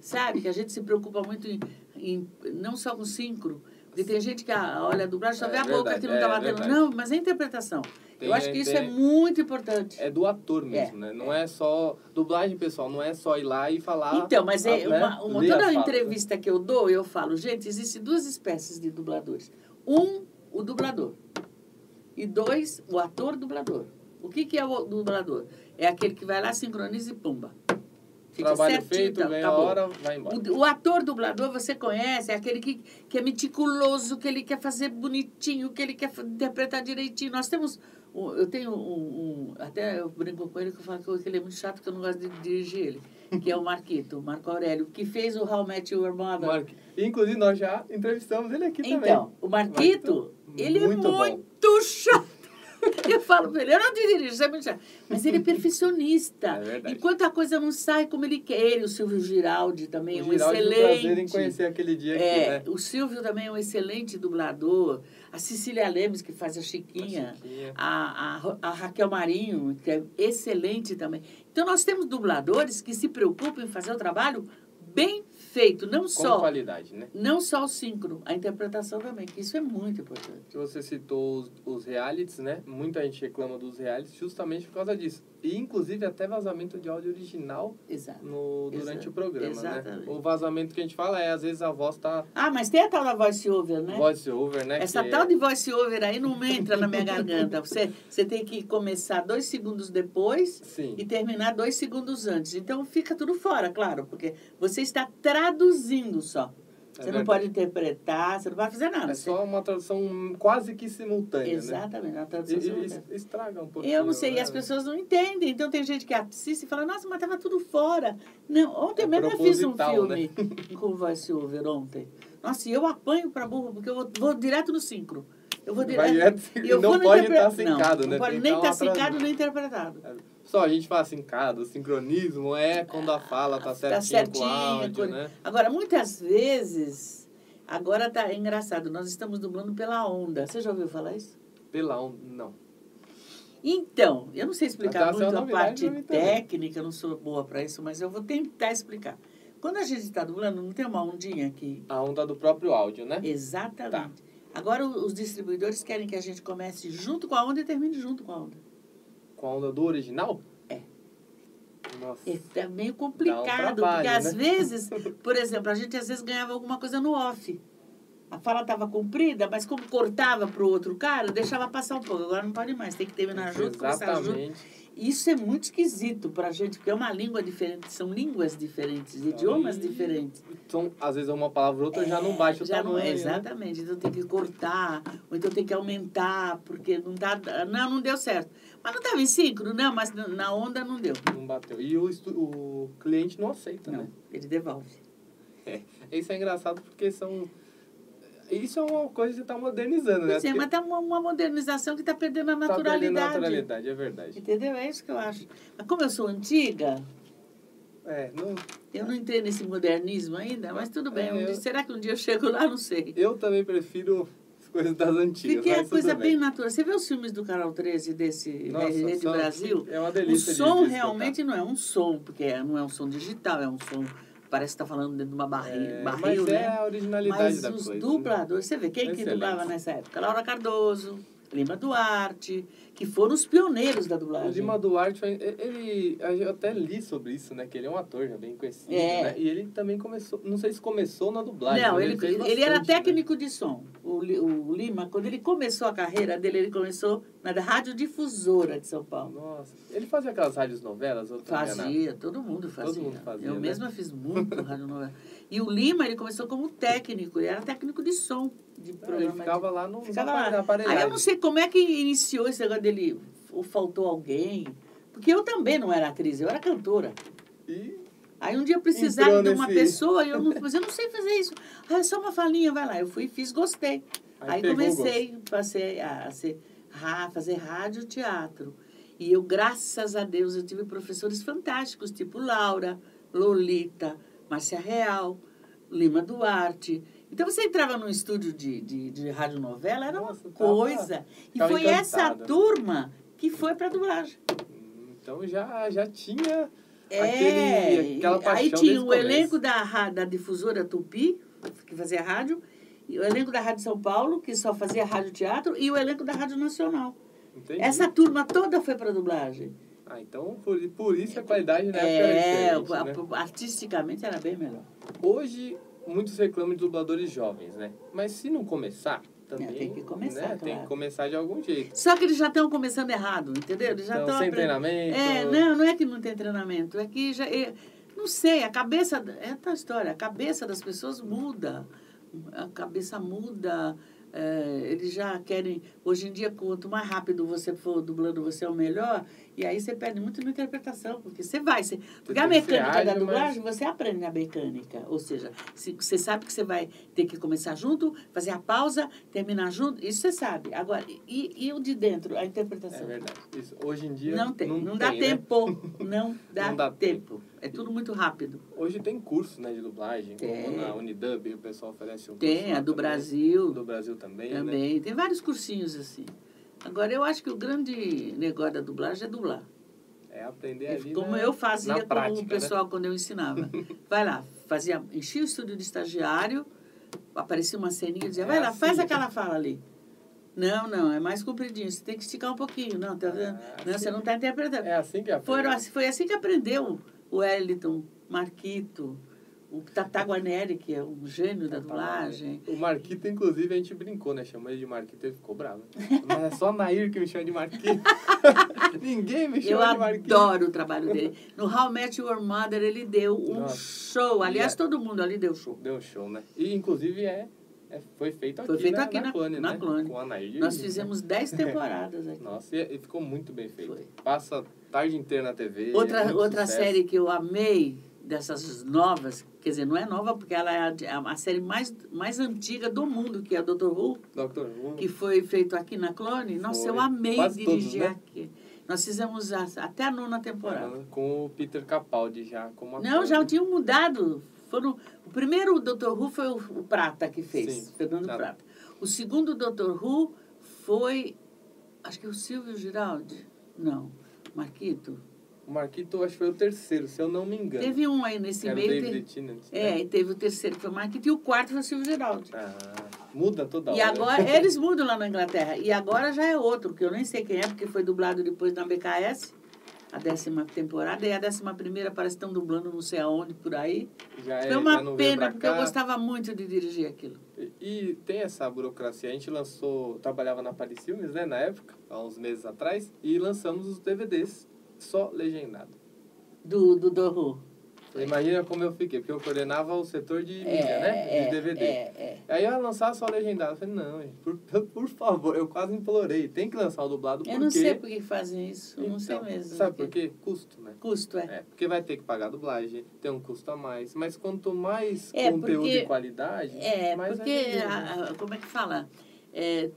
S3: sabe? Que a gente se preocupa muito em, em- não só com síncro, porque tem gente que ah, olha a dublagem só
S2: É
S3: vê a boca
S2: verdade,
S3: que não está
S2: é
S3: batendo.
S2: verdade.
S3: Não, mas é interpretação.
S2: Tem-
S3: Eu acho que isso
S2: tem-
S3: é muito importante.
S2: É do ator mesmo, né? Não é. só. Dublagem, pessoal, não é só ir lá e falar.
S3: Então, mas é
S2: né?
S3: uma, uma-
S2: Ler
S3: toda
S2: as falas,
S3: entrevista que eu dou, eu falo, gente, existem duas espécies de dubladores. Um, o dublador. E dois, o ator dublador. O que, que é o dublador? É aquele que vai lá, sincroniza e pumba.
S2: né? Trabalho feito,
S3: tá-
S2: vem a
S3: acabou.
S2: hora, vai embora.
S3: O, o ator dublador, você conhece, é aquele que, que é meticuloso, que ele quer fazer bonitinho, que ele quer fa- interpretar direitinho. Nós temos. um- Eu tenho um, um- Até eu brinco com ele que eu falo que ele é muito chato, que eu não gosto de dirigir ele. Que é o Marquito, o Marco Aurélio, que fez o How Met Your Mother.
S2: Mark, Inclusive, nós já entrevistamos ele aqui
S3: Então, o Marquito,
S2: Marquito,
S3: ele
S2: muito
S3: é
S2: bom.
S3: muito chato. <laughs> Eu falo pra ele, eu não te dirijo, você é muito chato. Mas ele é perfeccionista.
S2: É verdade.
S3: Enquanto a coisa não sai como ele quer. Ele, o Silvio Giraldi também,
S2: também.
S3: um
S2: O Giraldi, um
S3: excelente.
S2: prazer em conhecer aquele dia
S3: É,
S2: aqui, né?
S3: o Silvio também é um excelente dublador. A Cecília Lemes, que faz a
S2: A
S3: Chiquinha.
S2: Chiquinha.
S3: A, a, Ro- a Raquel Marinho, que é excelente também. Então, nós temos dubladores que se preocupam em fazer o trabalho bem feito, não
S2: Com
S3: só
S2: qualidade, né?
S3: não só o síncro, a interpretação também, que isso é muito importante.
S2: que você citou os, os realities, né? Muita gente reclama dos realities justamente por causa disso. E inclusive até vazamento de áudio original
S3: Exato.
S2: no, durante
S3: Exa-
S2: o programa,
S3: exatamente.
S2: né? O vazamento que a gente fala é, às vezes a voz tá
S3: Ah, mas tem a tal da voice over, né?
S2: voice over, né?
S3: Essa
S2: que
S3: tal de voice over aí não entra na minha garganta. Você, você tem que começar dois segundos depois
S2: Sim.
S3: e terminar dois segundos antes. Então fica tudo fora, claro, porque você está traduzindo só. Você
S2: É
S3: não
S2: verdade.
S3: pode interpretar, você não vai fazer nada.
S2: É
S3: Você-
S2: só uma tradução quase que simultânea, né?
S3: Exatamente, a
S2: E,
S3: tradução
S2: e
S3: simultânea.
S2: es- estraga um pouquinho.
S3: Eu não sei, e
S2: né?
S3: as pessoas não entendem. Então tem gente que assiste e fala, nossa, mas tava tudo fora. Não, ontem
S2: É
S3: mesmo eu fiz um
S2: proposital, né?
S3: filme <laughs> com voice over ontem. Nossa, e eu apanho pra burro, porque eu vou, vou direto no síncro. Eu vou
S2: Vai
S3: direto.
S2: direto,
S3: e eu
S2: não
S3: vou no
S2: pode
S3: interpre-
S2: estar sincado,
S3: não,
S2: né?
S3: Não pode
S2: Tem que
S3: nem tá
S2: dar
S3: estar
S2: uma trans-
S3: sincado nem interpretado.
S2: Só a gente fala sincado, sincronismo é quando a fala tá certinha
S3: Tá
S2: com o áudio,
S3: certinho,
S2: né?
S3: Agora, muitas vezes, agora tá é engraçado, nós estamos dublando pela onda. Você já ouviu falar isso?
S2: Pela onda, não.
S3: Então, eu não sei explicar
S2: Mas essa é
S3: muito
S2: uma
S3: a
S2: novidade
S3: parte
S2: pra mim também.
S3: técnica, eu não sou boa para isso, mas eu vou tentar explicar. Quando a gente está dublando, não tem uma ondinha aqui?
S2: A onda do próprio áudio, né?
S3: Exatamente. Agora o- os distribuidores querem que a gente comece junto com a onda e termine junto com a onda.
S2: Com a onda do original?
S3: É.
S2: Nossa.
S3: É tá meio complicado,
S2: um trabalho,
S3: porque
S2: <laughs>
S3: às
S2: né?
S3: vezes, por exemplo, a gente às vezes ganhava alguma coisa no off. A fala estava comprida, mas como cortava para o outro cara, deixava passar um pouco. Agora não pode mais, tem que terminar junto, começar junto.
S2: Exatamente.
S3: Isso é muito esquisito para a gente, porque é uma língua diferente, são línguas diferentes, idiomas diferentes.
S2: Então, às vezes é uma palavra ou outra já não bate o
S3: Já
S2: tamanho.
S3: não é,
S2: né?
S3: exatamente. Então tem que cortar, ou então tem que aumentar, porque não tá. Não, não deu certo. Mas não estava em síncrono, não, mas n- na onda não deu.
S2: Não bateu. E o, estu- o cliente não aceita, né?
S3: Não, ele devolve.
S2: Isso é engraçado porque são. Isso é uma coisa que está modernizando, né?
S3: Pois é, mas tá uma, uma modernização que está perdendo a
S2: Porque tá perdendo
S3: naturalidade.
S2: naturalidade, é verdade.
S3: Entendeu? É isso que eu acho. Mas como eu sou antiga,
S2: É, não,
S3: eu não entrei nesse modernismo ainda, mas tudo bem.
S2: É,
S3: Um
S2: eu-
S3: dia- será que um dia eu chego lá? Não sei.
S2: eu também prefiro as coisas das antigas.
S3: Porque é
S2: mas tudo
S3: coisa bem
S2: bem
S3: natural. Você vê os filmes do Canal 13 desse
S2: Nossa,
S3: Rede
S2: são-
S3: né, Brasil?
S2: É uma
S3: O
S2: delícia. de- de
S3: som
S2: escutar.
S3: realmente não é um som, porque é- não é um som digital, é um som. Parece que tá falando dentro de uma barri,
S2: É,
S3: barril,
S2: mas é
S3: né?
S2: a originalidade
S3: Mas
S2: da
S3: os
S2: coisa. né?
S3: dubladores, você vê quem que
S2: Excelente.
S3: dublava nessa época? Laura Cardoso, Lima Duarte, que foram os pioneiros da dublagem.
S2: O Lima Duarte, foi- ele, eu até li sobre isso, né? Que ele é um ator já bem conhecido,
S3: É.
S2: né? E ele também começou, não sei se começou na dublagem.
S3: Não,
S2: mas
S3: ele,
S2: fez
S3: ele era
S2: bastante, né?
S3: técnico de som. O, Li- o Lima, quando ele começou a carreira dele, ele começou na Radiodifusora de São Paulo.
S2: Nossa, ele fazia aquelas rádios novelas? Ou eu né? tô enganado?
S3: Fazia, todo mundo fazia.
S2: mundo fazia,
S3: Eu
S2: né?
S3: mesma
S2: <laughs>
S3: fiz muito radionovela. E o Lima, ele começou como técnico, ele era técnico de som, de
S2: Não, Ah, ele
S3: programa.
S2: ficava lá no,
S3: de... ficava
S2: na,
S3: lá.
S2: aparelhagem.
S3: Aí eu não sei como é que iniciou esse negócio dele, ou faltou alguém, porque eu também não era atriz, eu era cantora.
S2: E
S3: Aí um dia eu precisava
S2: Entrou
S3: de uma
S2: nesse-
S3: pessoa, e eu não, mas eu não sei fazer isso. Ah, é só uma falinha, vai lá. Eu fui e fiz, gostei. Aí,
S2: pegou o gosto.
S3: comecei passei a, a ser, ra- fazer rádio e teatro. E eu, graças a Deus, eu tive professores fantásticos, tipo Laura, Lolita, Márcia Real, Lima Duarte. Então você entrava num estúdio de, de, de radionovela, era
S2: Nossa, tava-
S3: uma coisa. E
S2: tava
S3: foi essa
S2: encantada.
S3: turma que foi para dublagem.
S2: Hum, Então já, já tinha
S3: É,
S2: aquele, aquela
S3: e- aí
S2: paixão
S3: tinha
S2: desde
S3: o
S2: começo.
S3: elenco da, ra- da difusora Tupi, que fazia rádio, e o elenco da Rádio São Paulo, que só fazia rádio e teatro, e o elenco da Rádio Nacional.
S2: Entendi.
S3: Essa turma toda foi para dublagem.
S2: Ah, então por, por isso a qualidade na época
S3: É,
S2: era diferente,
S3: a-
S2: né?
S3: artisticamente era bem melhor.
S2: Hoje, muitos reclamam de dubladores jovens, né? Mas se não começar, também.
S3: É, tem que começar,
S2: né? Tem
S3: claro.
S2: que começar de algum jeito.
S3: Só que eles já estão começando errado, entendeu? Eles já
S2: então,
S3: estão
S2: sem
S3: aprendendo.
S2: treinamento.
S3: É, não, não é que não tem treinamento, é que já. é- não sei, a cabeça. É tal história, a cabeça das pessoas muda. A cabeça muda. é, eles já querem. Hoje em dia, quanto mais rápido você for dublando, você é o melhor. E aí você perde muito na interpretação, porque você vai. Você, porque a
S2: tem que ser
S3: mecânica da
S2: ágil, mas-
S3: dublagem, você aprende a mecânica. Ou seja, se, você sabe que você vai ter que começar junto, fazer a pausa, terminar junto. Isso você sabe. Agora, e, e o de dentro, a
S2: É
S3: interpretação?
S2: verdade. Isso, hoje em dia.
S3: Não tem, não, dá
S2: tem, né?
S3: tempo.
S2: <laughs>
S3: Não dá,
S2: Não dá
S3: tempo. É tudo muito rápido.
S2: Hoje tem curso né, de dublagem,
S3: Tem.
S2: como na Unidub, o pessoal oferece um curso.
S3: Tem,
S2: lá
S3: a do
S2: também.
S3: Brasil
S2: Do Brasil também, né?
S3: também. Tem vários cursinhos assim. Agora, eu acho que o grande negócio da dublagem é dublar.
S2: É aprender
S3: É,
S2: ali. né?
S3: como
S2: na-
S3: eu fazia
S2: na
S3: com o
S2: prática, né?
S3: pessoal quando
S2: <laughs>
S3: eu ensinava. Vai lá, fazia, enchia o estúdio de estagiário, aparecia uma ceninha e dizia,
S2: É
S3: vai lá,
S2: assim,
S3: faz
S2: né?"
S3: aquela fala ali. Não, não, é mais compridinho, você tem que esticar um pouquinho. Não, tá vendo?
S2: Ah,
S3: Não,
S2: assim-
S3: você não está interpretando.
S2: É assim que aprende.
S3: Foram assim- foi assim que aprendeu o Wellington, Marquito, o Tataguaneri, que é um gênio da dublagem.
S2: O Marquito, inclusive, a gente brincou, né? Chamou ele de Marquito, ele ficou bravo. Mas é só Nair que me chama de
S3: <laughs>
S2: Marquito. Ninguém me
S3: Eu
S2: chama de Marquito.
S3: adoro o trabalho dele. No How Met Your Mother, ele deu um
S2: Nossa.
S3: show. Aliás,
S2: E
S3: todo mundo ali deu show.
S2: Deu um show, né? E inclusive é, é- foi feito aqui,
S3: Foi feito
S2: na,
S3: aqui
S2: na
S3: na-
S2: Clone,
S3: na
S2: né?
S3: Clone.
S2: Com a Nair.
S3: Nós
S2: <laughs>
S3: fizemos dez temporadas aqui.
S2: né? Nossa, e, e ficou muito bem feito.
S3: Foi.
S2: Passa a tarde inteira na TV. é
S3: Outra,
S2: muito
S3: outra
S2: sucesso.
S3: série que eu amei, dessas novas, quer dizer, não é nova, porque ela é a de- a, a série mais, mais antiga do mundo, que é a Dr. Who.
S2: Doctor Who.
S3: que foi feito aqui na Clone, nossa,
S2: Foi.
S3: eu amei
S2: Quase todos,
S3: dirigir
S2: né?
S3: aqui. Nós fizemos a- até a nona temporada.
S2: Com o Peter Capaldi já como
S3: Não,
S2: ator. né?
S3: já tinham mudado. Foram, o primeiro Dr. Who foi o, o Prata que fez,
S2: Sim,
S3: Fernando
S2: tá.
S3: Prata. O segundo Dr. Who foi, acho que é o Silvio Giraldi. Não, Marquito.
S2: O Marquito acho que foi o terceiro, se eu não me engano.
S3: Teve um aí nesse
S2: Era o
S3: meio.
S2: David
S3: teve-
S2: Tennant,
S3: é,
S2: né?
S3: e teve o terceiro que foi o Marquito e o quarto foi o Silvio Giraldi.
S2: Ah, muda toda
S3: E
S2: hora.
S3: agora, eles mudam lá na Inglaterra. E agora já é outro, que eu nem sei quem é, porque foi dublado depois na BKS. a décima temporada e a décima primeira parece que estão dublando não sei aonde por aí.
S2: Já é,
S3: Foi
S2: já
S3: uma
S2: não veio
S3: pena,
S2: pra
S3: porque eu
S2: cá.
S3: gostava muito de dirigir aquilo.
S2: E, e tem essa burocracia. A gente lançou, trabalhava na Paris Filmes, né, na época, há uns meses atrás, e lançamos os DVDs só legendado.
S3: Do, do Doru.
S2: Você
S3: É.
S2: Imagina como eu fiquei, porque eu coordenava o setor de mídia, né, de DVD.
S3: É, é.
S2: Aí eu ia lançar só legendado. Eu falei, não, gente, por, <laughs> por favor, eu quase implorei. Tem que lançar o dublado porque...
S3: Eu não sei por que fazem isso, eu não sei
S2: Então,
S3: mesmo. né,
S2: Sabe por quê? Custo, né?
S3: Custo, é.
S2: É, porque vai ter que pagar a dublagem, tem um custo a mais. Mas quanto mais
S3: É,
S2: conteúdo
S3: porque-
S2: de qualidade,
S3: É,
S2: mais vai
S3: porque,
S2: vender, né?
S3: a- a- como é que fala? É,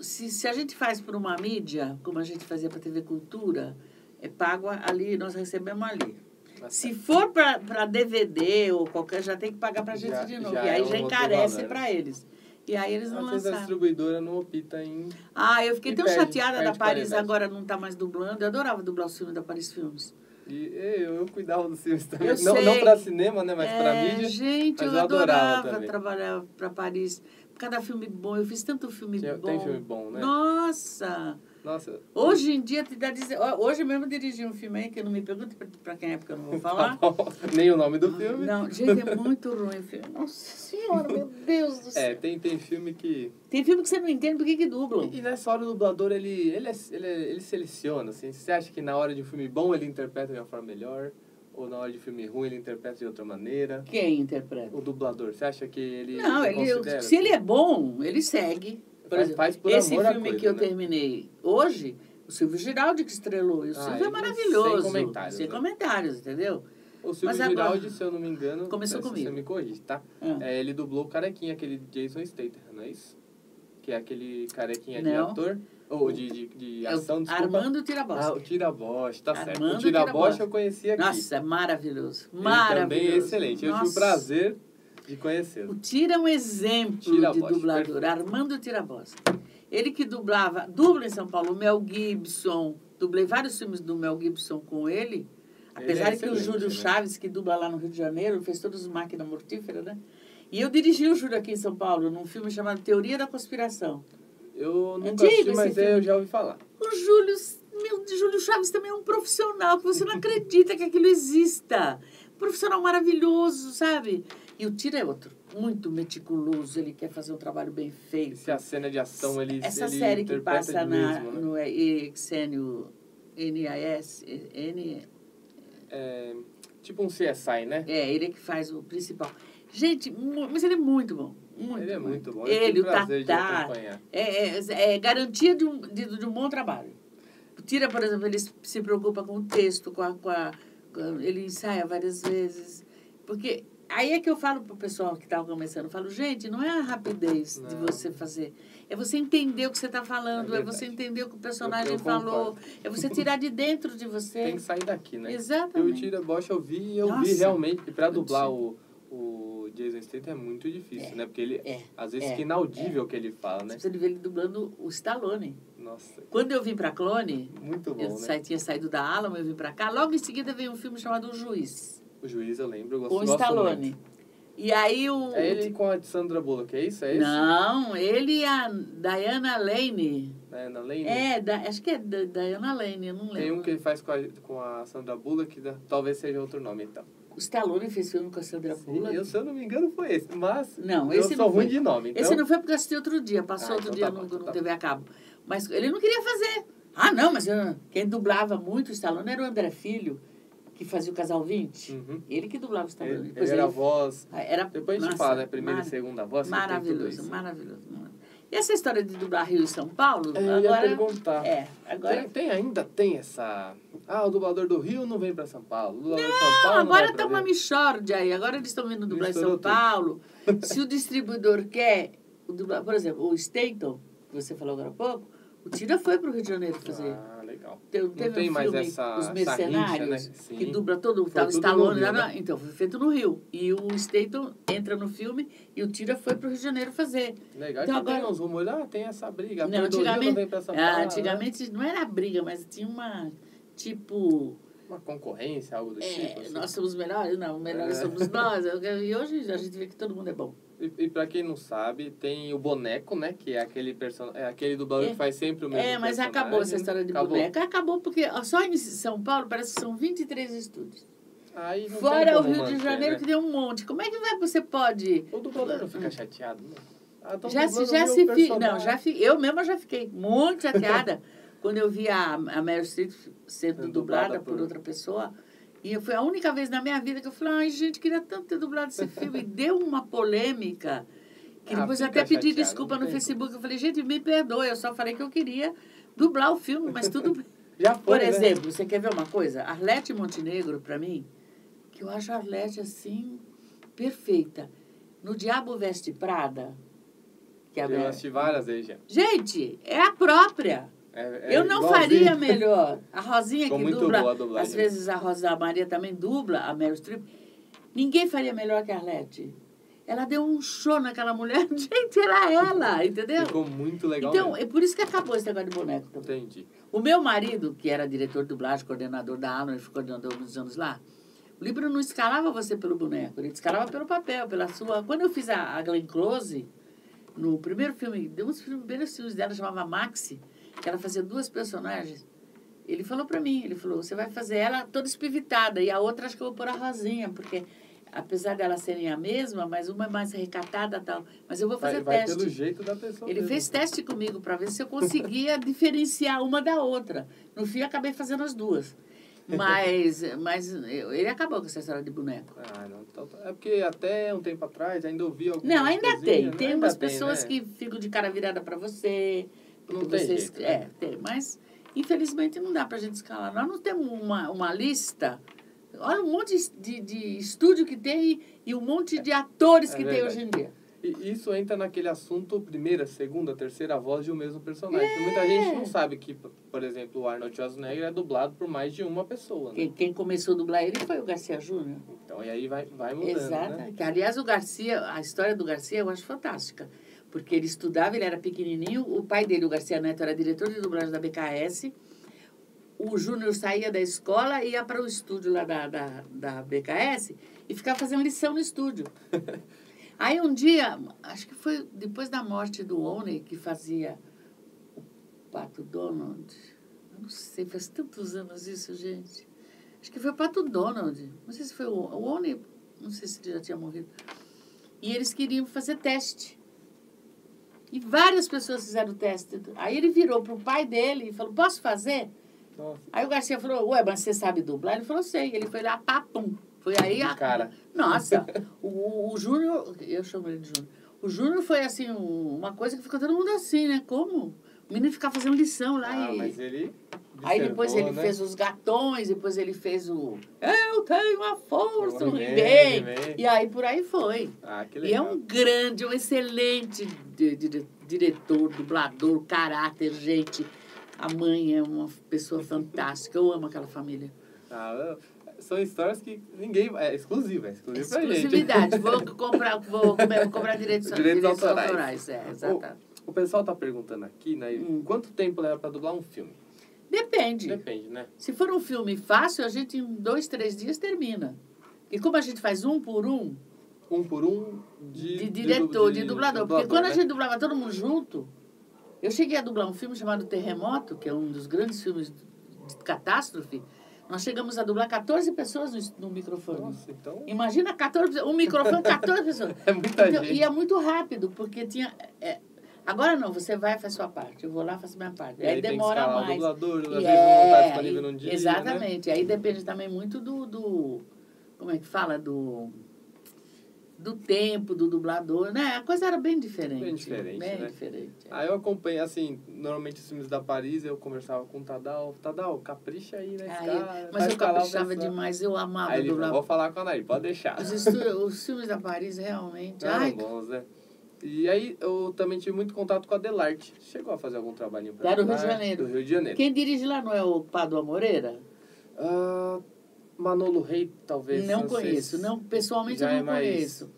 S3: se, se a gente faz por uma mídia, como a gente fazia para a TV Cultura, é pago ali, nós recebemos ali.
S2: Mas-
S3: Se for para DVD ou qualquer, já tem que pagar para a gente
S2: Já-
S3: de novo.
S2: já
S3: e aí
S2: é um
S3: já
S2: outro
S3: encarece
S2: valor.
S3: para eles. E aí eles não
S2: Às vezes a
S3: lançaram.
S2: distribuidora não opta em...
S3: Ah, eu fiquei
S2: E
S3: tão
S2: perde-
S3: chateada da
S2: perde
S3: Paris
S2: qualidade.
S3: agora não tá mais dublando. Eu adorava dublar os filmes da Paris Filmes.
S2: E eu, eu cuidava dos filmes também.
S3: Eu
S2: não, não
S3: sei.
S2: pra cinema, né? Mas pra
S3: É,
S2: mídia.
S3: Gente,
S2: mas
S3: eu
S2: eu adorava
S3: adorava
S2: também.
S3: trabalhar para Paris. Cada filme bom, eu fiz tanto filme
S2: Tinha-
S3: bom.
S2: Tem filme bom, né?
S3: Nossa!
S2: Nossa, <laughs>
S3: Hoje em dia, te dá dizer- ó, hoje mesmo eu dirigi um filme aí que eu não me pergunto para quem é, porque eu não vou
S2: <laughs> tá
S3: falar.
S2: bom. Nem o nome do filme.
S3: Ah, Não, gente, é muito ruim o filme. Nossa senhora, meu Deus do céu.
S2: É, tem, tem filme que...
S3: Tem filme que você não entende por que, que dublam.
S2: E, e nessa hora o dublador, ele, ele, é- ele, é- ele seleciona, assim. Você acha que na hora de um filme bom ele interpreta de uma forma melhor? Ou na hora de um filme ruim ele interpreta de outra maneira?
S3: Quem interpreta?
S2: O dublador, você acha que ele
S3: Não,
S2: considera? assim?
S3: ele, se ele é bom, ele segue. Por
S2: Faz-
S3: exemplo,
S2: faz por
S3: esse
S2: amor à
S3: filme
S2: coisa,
S3: que eu
S2: né?
S3: terminei hoje, o Silvio Giraldi que estrelou. E o
S2: Ah,
S3: Silvio é
S2: ele-
S3: maravilhoso.
S2: sem comentários,
S3: Sem
S2: né?
S3: comentários, entendeu?
S2: O Silvio
S3: Mas agora-
S2: Giraldi, se eu não me engano...
S3: Começou
S2: se
S3: comigo.
S2: Você me corrige, tá?
S3: Ah.
S2: É, ele dublou o carequinha, aquele Jason Statham, não é isso? Que é aquele carequinha
S3: Não.
S2: de ator... Ou de, de, de
S3: É o
S2: ação, desculpa.
S3: Armando Tirabosca.
S2: Ah, o Tirabosch, tá certo.
S3: Armando
S2: O Tirabosch
S3: Tirabosch.
S2: eu conheci aqui.
S3: Nossa, é maravilhoso.
S2: Ele
S3: Maravilhoso.
S2: também é excelente. Eu tive o
S3: Nossa.
S2: prazer de conhecê-lo.
S3: O Tira é um exemplo de
S2: Tirabosca,
S3: dublador, Armando Tirabosca. Ele que dublava, dubla em São Paulo, o Mel Gibson. Dublei vários filmes do Mel Gibson com ele. Apesar
S2: é
S3: de que o
S2: excelente,
S3: Júlio
S2: né?
S3: Chaves, que dubla lá no Rio de Janeiro, fez todos os Máquina Mortífera, né? E eu dirigi o Júlio aqui em São Paulo, num filme chamado Teoria da Conspiração.
S2: Eu nunca
S3: Antigo
S2: assisti,
S3: É esse
S2: mas
S3: filme.
S2: eu já ouvi falar.
S3: O Júlio, meu, Júlio Chaves também é um profissional que você não acredita que aquilo exista. Um profissional maravilhoso, sabe? E o Tira é outro, muito meticuloso, ele quer fazer um trabalho bem
S2: E
S3: feito.
S2: se a cena de ação ele
S3: Essa
S2: ele
S3: série que
S2: interpreta
S3: passa
S2: ele
S3: na,
S2: mesmo, né?
S3: no Exênio NIS, N,
S2: É, tipo um CSI, né?
S3: é, ele é que faz o principal. Gente, mu- mas ele é muito bom. Muito
S2: ele é
S3: bom.
S2: muito bom.
S3: Ele,
S2: eu
S3: o
S2: tive prazer de
S3: Tatá.
S2: acompanhar.
S3: É, é, é garantia de um, de, de um bom trabalho. Tira, por exemplo, ele se- se preocupa com o texto, com a, com a- com a- ele ensaia várias vezes. Porque aí é que eu falo pro pessoal que estava começando, eu falo, gente, não é a rapidez de
S2: Não.
S3: você fazer. É você entender o que você está falando,
S2: É
S3: é, você
S2: verdade.
S3: entender o que o personagem
S2: eu
S3: falou,
S2: concordo.
S3: é você tirar de dentro de
S2: Tem
S3: você.
S2: que sair daqui, né? E o
S3: É. Exatamente.
S2: Tira Bosch eu vi e eu vi
S3: Nossa.
S2: realmente. E pra dublar
S3: Sim.
S2: o, o Jason Statham é muito difícil,
S3: É.
S2: né? Porque ele,
S3: É.
S2: às vezes,
S3: É.
S2: fica inaudível o que ele fala,
S3: Você
S2: né?
S3: precisa ver ele dublando o Stallone.
S2: Nossa,
S3: Quando eu vim para Clone,
S2: muito bom,
S3: eu
S2: né?
S3: sa- tinha saído da Alamo, eu vim para cá, logo em seguida veio um filme chamado O Juiz.
S2: O juiz, eu lembro, eu gosto,
S3: com o
S2: gosto
S3: Stallone.
S2: muito.
S3: E aí o.
S2: É ele com a de Sandra Bullock, é isso? É isso?
S3: Não, ele e a Diana Lane.
S2: É, na Lane?
S3: É, da, acho que é da, Diana Lane, eu não lembro.
S2: Tem um que ele faz com a, com a Sandra Bullock, né? talvez seja outro nome, então.
S3: O Stallone fez filme com a Sandra Bullock.
S2: Eu, se eu não me engano, foi esse. Mas
S3: Não,
S2: eu
S3: esse
S2: sou
S3: não
S2: ruim
S3: foi.
S2: de nome, então...
S3: Esse não foi porque eu assisti outro dia, passou
S2: Ah,
S3: outro
S2: então
S3: dia
S2: tá bom,
S3: no,
S2: então
S3: no
S2: tá
S3: TV a cabo. Mas ele não queria fazer. Ah, não, mas ah, quem dublava muito o Stallone era o André Filho, que fazia o Casal 20.
S2: Uhum.
S3: Ele que dublava o Stallone.
S2: Ele,
S3: Depois
S2: ele era a
S3: ele-
S2: voz...
S3: Ah, era-
S2: Depois a gente
S3: nossa,
S2: fala, né? Primeira
S3: mara-
S2: e segunda voz, que tem tudo
S3: Maravilhoso,
S2: isso.
S3: maravilhoso. maravilhoso. E essa história de dublar Rio e São Paulo,
S2: É, Eu ia
S3: agora.
S2: perguntar.
S3: É, agora.
S2: Tem, tem ainda, tem essa... Ah, o dublador do Rio não vem pra São Paulo. O dublador de São Paulo
S3: Não,
S2: não
S3: Ah, agora
S2: vai pra
S3: tem uma
S2: Rio.
S3: mixórdia aí. Agora eles estão vindo dublar em São
S2: Misturou tudo.
S3: Paulo.
S2: <laughs>
S3: Se o distribuidor quer, o dubla- por exemplo, o Stanton, que você falou agora há pouco, o Tira foi para o Rio de Janeiro fazer.
S2: Ah, legal.
S3: Tem,
S2: Não tem mais essa...
S3: Os
S2: essa
S3: Mercenários,
S2: rincha, né?
S3: que
S2: Sim.
S3: dubla todo.
S2: Foi
S3: Tava
S2: tudo no
S3: Stallone
S2: Rio,
S3: lá na-
S2: né?
S3: Então, foi feito no Rio. E o Stanton entra no filme e o Tira foi para o Rio de Janeiro fazer.
S2: Legal,
S3: Então
S2: então, tem
S3: agora-
S2: uns rumores, ah, tem essa briga,
S3: Não,
S2: não, antigamente, não
S3: antigamente-
S2: vem pra São
S3: Ah,
S2: Paulo.
S3: antigamente não era briga, mas tinha uma. Tipo,
S2: né? Uma concorrência, algo do
S3: é,
S2: tipo. assim.
S3: nós somos melhores? Não, melhores
S2: É. <laughs>
S3: somos nós. E hoje a gente vê que todo mundo é bom.
S2: E, e pra quem não sabe, tem o boneco, né? Que é aquele, person... é aquele dublador
S3: É.
S2: que faz sempre o mesmo
S3: É, mas
S2: personagem.
S3: acabou essa história de
S2: Acabou.
S3: boneca. Acabou porque ó, só em São Paulo parece que são 23 estúdios.
S2: Aí não tem
S3: Fora o
S2: como
S3: Rio de
S2: manter,
S3: Janeiro,
S2: né?
S3: que tem um monte. Como é que vai- você pode.
S2: O dublador não fica chateado, não. Ah, tão
S3: já se,
S2: dublando
S3: já
S2: o meu
S3: se fi...
S2: personagem.
S3: Não, já fi... eu mesma já fiquei muito chateada <laughs> quando eu vi a, a Meryl Streep sendo
S2: Sendo
S3: dublada
S2: dublada
S3: por
S2: por-
S3: outra pessoa. E foi a única vez na minha vida que eu falei, ai, gente, queria tanto ter
S2: <laughs>
S3: dublado esse filme. E deu uma polêmica. Que
S2: Ah,
S3: depois eu
S2: fica
S3: até pedi
S2: chateado,
S3: desculpa
S2: não
S3: no
S2: tem
S3: Facebook. Eu falei, gente, me perdoe, eu só falei que eu queria dublar o filme, mas tudo bem.
S2: Já foi,
S3: Por
S2: né?
S3: exemplo, você quer ver uma coisa? Arlete Montenegro, pra mim, que eu acho a Arlete assim, perfeita. No Diabo Veste Prada, que é a
S2: Eu
S3: minha-
S2: assisti várias vezes já.
S3: Gente, é a própria.
S2: É- é
S3: eu não
S2: igualzinho.
S3: faria melhor. A Rosinha
S2: Ficou
S3: que
S2: muito
S3: dubla,
S2: boa a dublagem.
S3: às vezes a Rosa Maria também dubla, a Meryl Streep. Ninguém faria melhor que a Arlete. Ela deu um show naquela mulher. <laughs> Gente, era ela,
S2: <laughs>
S3: entendeu?
S2: Ficou muito legal.
S3: Então,
S2: mesmo.
S3: é por isso que acabou esse negócio de boneco também.
S2: Entendi.
S3: O meu marido, que era diretor de dublagem, coordenador da Alma, ele ficou coordenador muitos anos lá. O livro não escalava você pelo boneco, ele te escalava pelo papel, pela sua. Quando eu fiz a, a Glenn Close, no primeiro filme, de um dos primeiros filmes dela, chamava Maxi, que ela fazia duas personagens. Ele falou pra mim, ele falou, você vai fazer ela toda espivitada e a outra acho que eu vou pôr a Rosinha, porque apesar dela serem a mesma, mas uma é mais recatada tal. Mas eu vou
S2: Vai,
S3: fazer
S2: vai
S3: teste.
S2: pelo jeito da pessoa.
S3: Ele
S2: mesmo.
S3: fez teste comigo para ver se eu conseguia <laughs> diferenciar uma da outra. No fim, eu acabei fazendo as duas. Mas, <laughs> mas eu- ele acabou com essa história de boneco.
S2: Ah, não. Então, tá- é porque até um tempo atrás ainda ouvi algumas
S3: Não, ainda
S2: coisinhas,
S3: tem.
S2: né?
S3: Tem
S2: Ainda
S3: umas pessoas
S2: né?
S3: que ficam de cara virada para você.
S2: Não
S3: porque
S2: tem
S3: você
S2: jeito,
S3: É,
S2: né?
S3: tem. Mas, infelizmente, não dá para gente escalar. Nós não temos uma, uma lista. Olha um monte de, de estúdio que tem e um monte de atores
S2: É
S3: que tem
S2: verdade.
S3: hoje em dia.
S2: E isso entra naquele assunto primeira, segunda, terceira voz de um mesmo personagem. Que Muita gente
S3: É.
S2: não sabe que, por exemplo, o Arnold Schwarzenegger é dublado por mais de uma pessoa, né?
S3: Quem, quem começou a dublar ele foi o Garcia Júnior.
S2: Então, e aí vai, vai mudando,
S3: Exato.
S2: né?
S3: Que, aliás, o Garcia, a história do Garcia eu acho fantástica. Porque ele estudava, ele era pequenininho, o pai dele, o Garcia Neto, era diretor de dublagem da BKS. O Júnior saía da escola, ia para o estúdio lá da, da, da BKS e ficava fazendo lição
S2: <laughs>
S3: no estúdio. Aí um dia, acho que foi depois da morte do Oney, que fazia o Pato Donald. Eu não sei, faz tantos anos isso, gente. Acho que foi o Pato Donald. Não sei se foi o, o Oney, não sei se ele já tinha morrido. E eles queriam fazer teste. E várias pessoas fizeram o teste. Aí ele virou pro pai dele e falou: Posso fazer?
S2: Nossa,
S3: Aí o Garcia falou: Ué, mas você sabe dublar? Ele falou: Sei. Ele foi lá, papum. Foi aí a.
S2: do cara. <laughs>
S3: Nossa, o, o, o Júnior, eu chamo ele de Júnior. O Júnior foi assim, um- uma coisa que ficou todo mundo assim, né? Como? O menino ficava fazendo lição lá
S2: Ah,
S3: e.
S2: mas ele...
S3: Aí depois
S2: observou,
S3: ele
S2: né?
S3: fez os gatões, depois ele fez o Eu tenho a força, o
S2: He-Man,
S3: He-Man.
S2: He-Man.
S3: E aí por aí foi.
S2: Ah, que
S3: E é
S2: legal.
S3: um grande, um excelente di- di- diretor, dublador, caráter, gente. A mãe é uma pessoa fantástica. Eu amo aquela família.
S2: Ah, são histórias que ninguém... É exclusiva, é exclusiva pra gente.
S3: Exclusividade. Vou comprar, vou, como é, vou comprar
S2: <laughs>
S3: direitos,
S2: Direitos autorais.
S3: É, exatamente.
S2: O pessoal tá perguntando aqui, né?
S3: Hum.
S2: Quanto tempo leva pra dublar um filme?
S3: Depende.
S2: Depende, né?
S3: Se for um filme fácil, a gente em dois, três dias termina. E como a gente faz um por um,
S2: Um por um de...
S3: de
S2: de
S3: diretor,
S2: du-
S3: de, dublador. Porque quando a
S2: né?
S3: gente dublava todo mundo junto, eu cheguei a dublar um filme chamado Terremoto, que é um dos grandes filmes de catástrofe. Nós chegamos a dublar 14 pessoas no, es- no microfone.
S2: Nossa, então...
S3: Imagina 14, um microfone, 14
S2: <laughs>
S3: pessoas.
S2: É muita
S3: Então,
S2: gente.
S3: e é muito rápido, porque tinha. é, agora não, você vai e faz sua parte. Eu vou lá e faço minha parte.
S2: E tem
S3: aí,
S2: que
S3: demora
S2: escalar
S3: mais.
S2: O dublador, às vezes não
S3: E
S2: tá
S3: é,
S2: disponível
S3: e-
S2: num dia. Né?
S3: Exatamente. Aí depende também muito do, do. Como é que fala? Do. Do tempo, do dublador, né? A coisa era bem diferente.
S2: Bem diferente,
S3: Bem
S2: né?
S3: diferente. é.
S2: Aí eu acompanho, assim, normalmente os filmes da Paris, eu conversava com o Tadal. Tadal, capricha aí, né?
S3: Aí,
S2: cara,
S3: mas
S2: vai
S3: eu
S2: escalar o
S3: caprichava
S2: pessoal.
S3: demais, eu amava
S2: Aí ele falou,
S3: dublar.
S2: vou falar com a Nair, pode deixar. <laughs>
S3: Os, estu- os filmes da Paris realmente.
S2: Eram
S3: Ai,
S2: bons, né? E aí eu também tive muito contato com a Delarte. Chegou a fazer algum trabalhinho pra
S3: Lá do Rio de
S2: Delarte,
S3: Janeiro.
S2: Do Rio de Janeiro.
S3: quem dirige lá não é o Padua Moreira?
S2: Ah, Manolo Rei, talvez.
S3: Não
S2: sei
S3: conheço,
S2: se-
S3: não, pessoalmente
S2: já
S3: eu não
S2: é mais-
S3: conheço.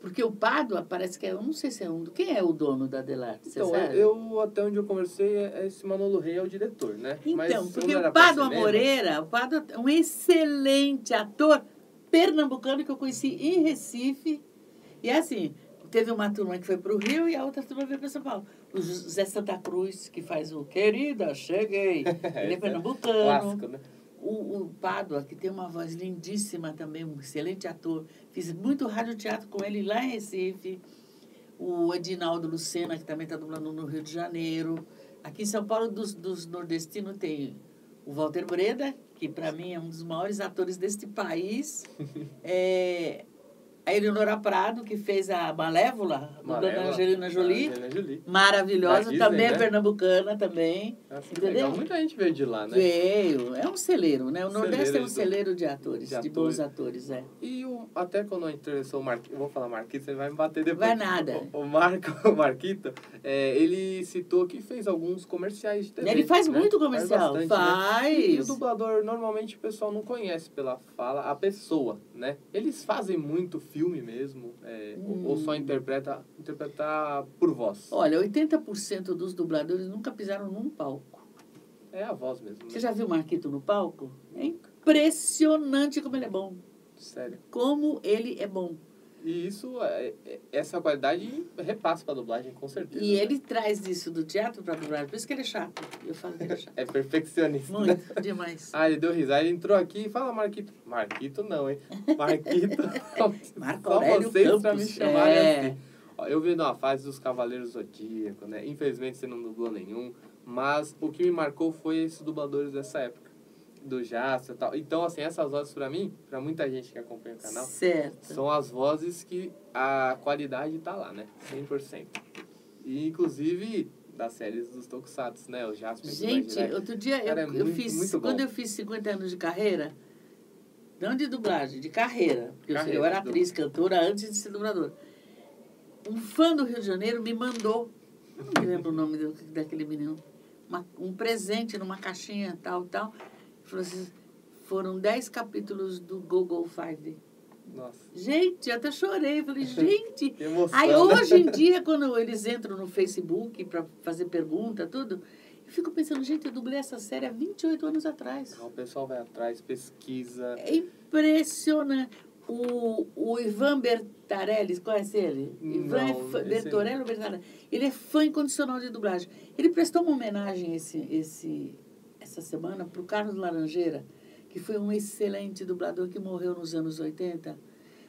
S3: Porque o Padua parece que é, eu não sei se é um do. Quem é o dono da Delarte? Você
S2: Então,
S3: sabe?
S2: eu, eu até onde eu conversei, é- esse Manolo Rei é o diretor, né? Mas
S3: Então,
S2: como
S3: porque
S2: era
S3: o
S2: pra
S3: Padua
S2: cinema, <laughs>
S3: Moreira, o Padua é um excelente ator pernambucano que eu conheci em Recife. E é assim, Teve uma turma que foi para o Rio e a outra turma veio para São Paulo. O José Santa Cruz, que faz o
S2: <laughs>
S3: Querida, cheguei. Ele é pernambucano.
S2: Clássico, né?
S3: O, o Pádua, que tem uma voz lindíssima também, um excelente ator. Fiz muito radioteatro com ele lá em Recife. O Edinaldo Lucena, que também está dublando no Rio de Janeiro. Aqui em São Paulo, dos, dos nordestinos, tem o Walter Breda, que para mim é um dos maiores atores deste
S2: <laughs>
S3: país. É, a Eleonora Prado, que fez a Malévola, a Dona
S2: Malévola.
S3: Angelina
S2: né?
S3: Jolie.
S2: Angelina Jolie. Da
S3: Maravilhosa,
S2: Disney,
S3: também é
S2: né?
S3: pernambucana também.
S2: Nossa, que
S3: Entendeu?
S2: legal. Muita gente veio de lá, né?
S3: Veio, é um celeiro, né? O Nordeste
S2: Celeiro
S3: é um
S2: de-
S3: celeiro de atores, de,
S2: de
S3: bons atores, é.
S2: E o, até quando eu interessou o Marquito, vou falar Marquito, você vai me bater depois.
S3: Vai nada.
S2: O, o Marco, <laughs> o Marquito, é, ele citou que fez alguns comerciais de TV.
S3: Ele faz
S2: né?
S3: muito comercial,
S2: Faz.
S3: faz.
S2: bastante,
S3: É
S2: né? E o dublador, normalmente o pessoal não conhece pela fala a pessoa, né? Eles fazem muito filme mesmo, é, ou- ou
S3: Hum.
S2: só interpreta, interpretar por voz.
S3: Olha, 80% dos dubladores nunca pisaram num palco.
S2: É a voz mesmo, né?
S3: Você já viu o Marquito no palco? É impressionante como ele é bom.
S2: Sério.
S3: Como ele é bom.
S2: E isso, é- é- essa qualidade repassa pra dublagem, com certeza.
S3: E
S2: né?
S3: ele traz isso do teatro para dublagem. Por isso que ele é chato. Eu falo que ele
S2: <laughs>
S3: é chato.
S2: É perfeccionista.
S3: Muito, demais.
S2: Ah, ele deu risada, ele entrou aqui e fala Marquito. Marquito não,
S3: <laughs>
S2: hein? Marquito.
S3: Marco
S2: Só
S3: Aurélio
S2: vocês
S3: Campos.
S2: pra me chamarem
S3: é.
S2: assim. Ó, Eu vi numa fase dos Cavaleiros Zodíaco, né? Infelizmente você não dublou nenhum. Mas o que me marcou foi esses dubladores dessa época. Do Jaspion e tal. Então, assim, essas vozes pra mim, pra muita gente que acompanha o canal,
S3: Certo.
S2: são as vozes que a qualidade tá lá, né? 100%. E, inclusive, das séries dos Tokusatsu, né? O Jaspion. que vai
S3: Gente,
S2: direto.
S3: outro dia eu,
S2: Cara, é
S3: eu
S2: muito-
S3: fiz,
S2: muito bom.
S3: quando eu fiz 50 anos de carreira, não de dublagem, de carreira, porque eu- eu
S2: Carreira,
S3: era
S2: du-
S3: atriz, cantora antes de ser dubladora. Um fã do Rio de Janeiro me mandou, eu não me lembro o nome do- daquele menino, uma- um presente numa caixinha tal, tal. Falou assim, foram 10 capítulos do Google Five.
S2: Nossa,
S3: Gente, eu até chorei,
S2: <laughs>
S3: falei, gente,
S2: que emoção.
S3: Aí
S2: né?
S3: hoje em dia, quando eles entram no Facebook para fazer pergunta, tudo, eu fico pensando, gente, eu dublei essa série há 28 anos atrás.
S2: O pessoal vai atrás, pesquisa.
S3: É impressionante. O, o Ivan Bertarelli, conhece ele? Ivan é
S2: Não,
S3: fã-
S2: esse-
S3: Bertorelli ou Bertarelli? Ele é fã incondicional de dublagem. Ele prestou uma homenagem esse, esse, essa semana para o Carlos Laranjeira, que foi um excelente dublador que morreu nos anos 80.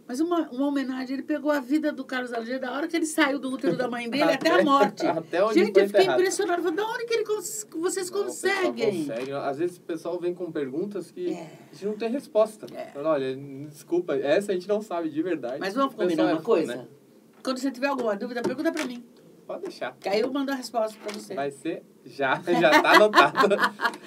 S3: Mas uma, uma homenagem, ele pegou a vida do Carlos Laranjeira da hora que ele saiu do útero da
S2: <laughs>
S3: mãe dele até, a morte.
S2: Até onde
S3: Gente,
S2: foi
S3: eu fiquei
S2: enterrado.
S3: impressionada. Eu falei, Da onde que ele cons- que vocês
S2: Não, o pessoal
S3: conseguem?
S2: consegue. Às vezes o pessoal vem com perguntas que
S3: É.
S2: a gente não tem resposta.
S3: É.
S2: Fala, olha, desculpa, essa a gente não sabe de verdade.
S3: Mas vamos
S2: O pessoal
S3: combinar
S2: é
S3: uma
S2: fã,
S3: coisa?
S2: né?
S3: Quando você tiver alguma dúvida, pergunta pra mim.
S2: Pode deixar.
S3: Que aí eu mando a resposta pra você.
S2: Vai ser já, <laughs> já tá
S3: <laughs>
S2: anotado.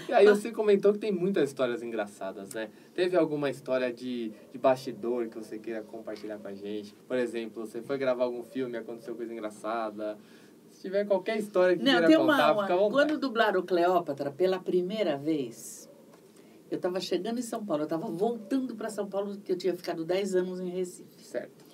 S2: e aí você comentou que tem muitas histórias engraçadas, né? Teve alguma história de, de bastidor que você queira compartilhar com a gente? Por exemplo, você foi gravar algum filme e aconteceu coisa engraçada? Se tiver qualquer história que
S3: Não,
S2: queira
S3: tem
S2: contar,
S3: uma,
S2: fica à
S3: uma.
S2: vontade.
S3: Quando dublaram Cleópatra pela primeira vez, eu tava chegando em São Paulo, eu tava voltando pra São Paulo, que eu tinha ficado 10 anos em Recife.
S2: Certo.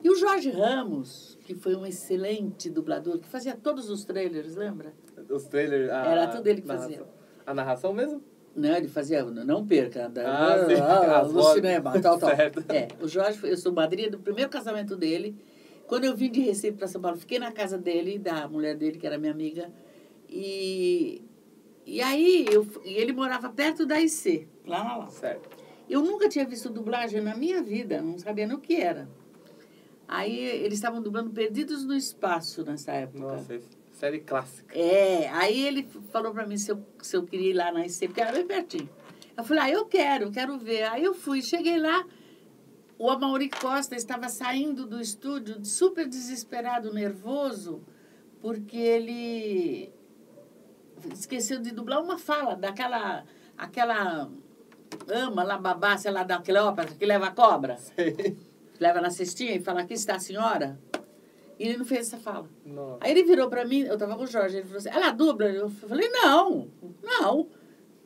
S3: E o Jorge Ramos, que foi um excelente dublador, que fazia todos os trailers, lembra?
S2: Os trailers... A,
S3: Era tudo ele que
S2: narração-
S3: fazia.
S2: A narração mesmo?
S3: Não, né, ele fazia, não perca, da,
S2: Ah, sim. <laughs>
S3: ah,
S2: As
S3: no
S2: vozes.
S3: cinema, tal, tal.
S2: <laughs> Certo.
S3: É, o Jorge, foi- eu sou madrinha do primeiro casamento dele. Quando eu vim de Recife para São Paulo, fiquei na casa dele, da mulher dele, que era minha amiga. E, e aí, eu, f- e ele morava perto da IC, lá na Lapa.
S2: Certo.
S3: Eu nunca tinha visto dublagem na minha vida, não sabia nem o que era. Aí, eles estavam dublando Perdidos no Espaço nessa época.
S2: Nossa, esse- Então, série clássica.
S3: É, aí ele f- falou pra mim se eu, se eu queria ir lá na IC, porque era bem pertinho. Eu falei, ah, eu quero, quero ver. Aí eu fui, cheguei lá, o Amaury Costa estava saindo do estúdio super desesperado, nervoso, porque ele esqueceu de dublar uma fala daquela aquela ama lá, babá, sei lá, daquela ópera que leva a cobra, que leva na cestinha e fala, aqui está a senhora. E ele não fez essa fala.
S2: Nossa.
S3: Aí ele virou pra mim, eu tava com o Jorge, ele falou assim, ela dubla? Eu falei, não, não.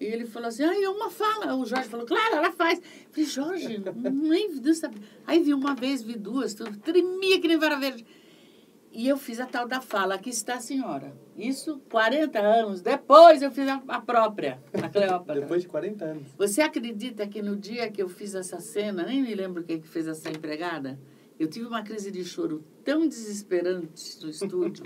S3: E ele falou assim, ah, é uma fala. O Jorge falou, claro, ela faz. Eu falei, Jorge, nem não sabia. Aí vi uma vez, vi duas, tudo, tremia que nem vara verde. E eu fiz a tal da fala, aqui está a senhora. Isso 40 anos depois eu fiz a, a própria, a
S2: <laughs>
S3: Cleópatra.
S2: Depois de 40 anos.
S3: Você acredita que no dia que eu fiz essa cena, nem me lembro quem que fez essa empregada, Eu tive uma crise de choro tão desesperante
S2: <laughs>
S3: no estúdio,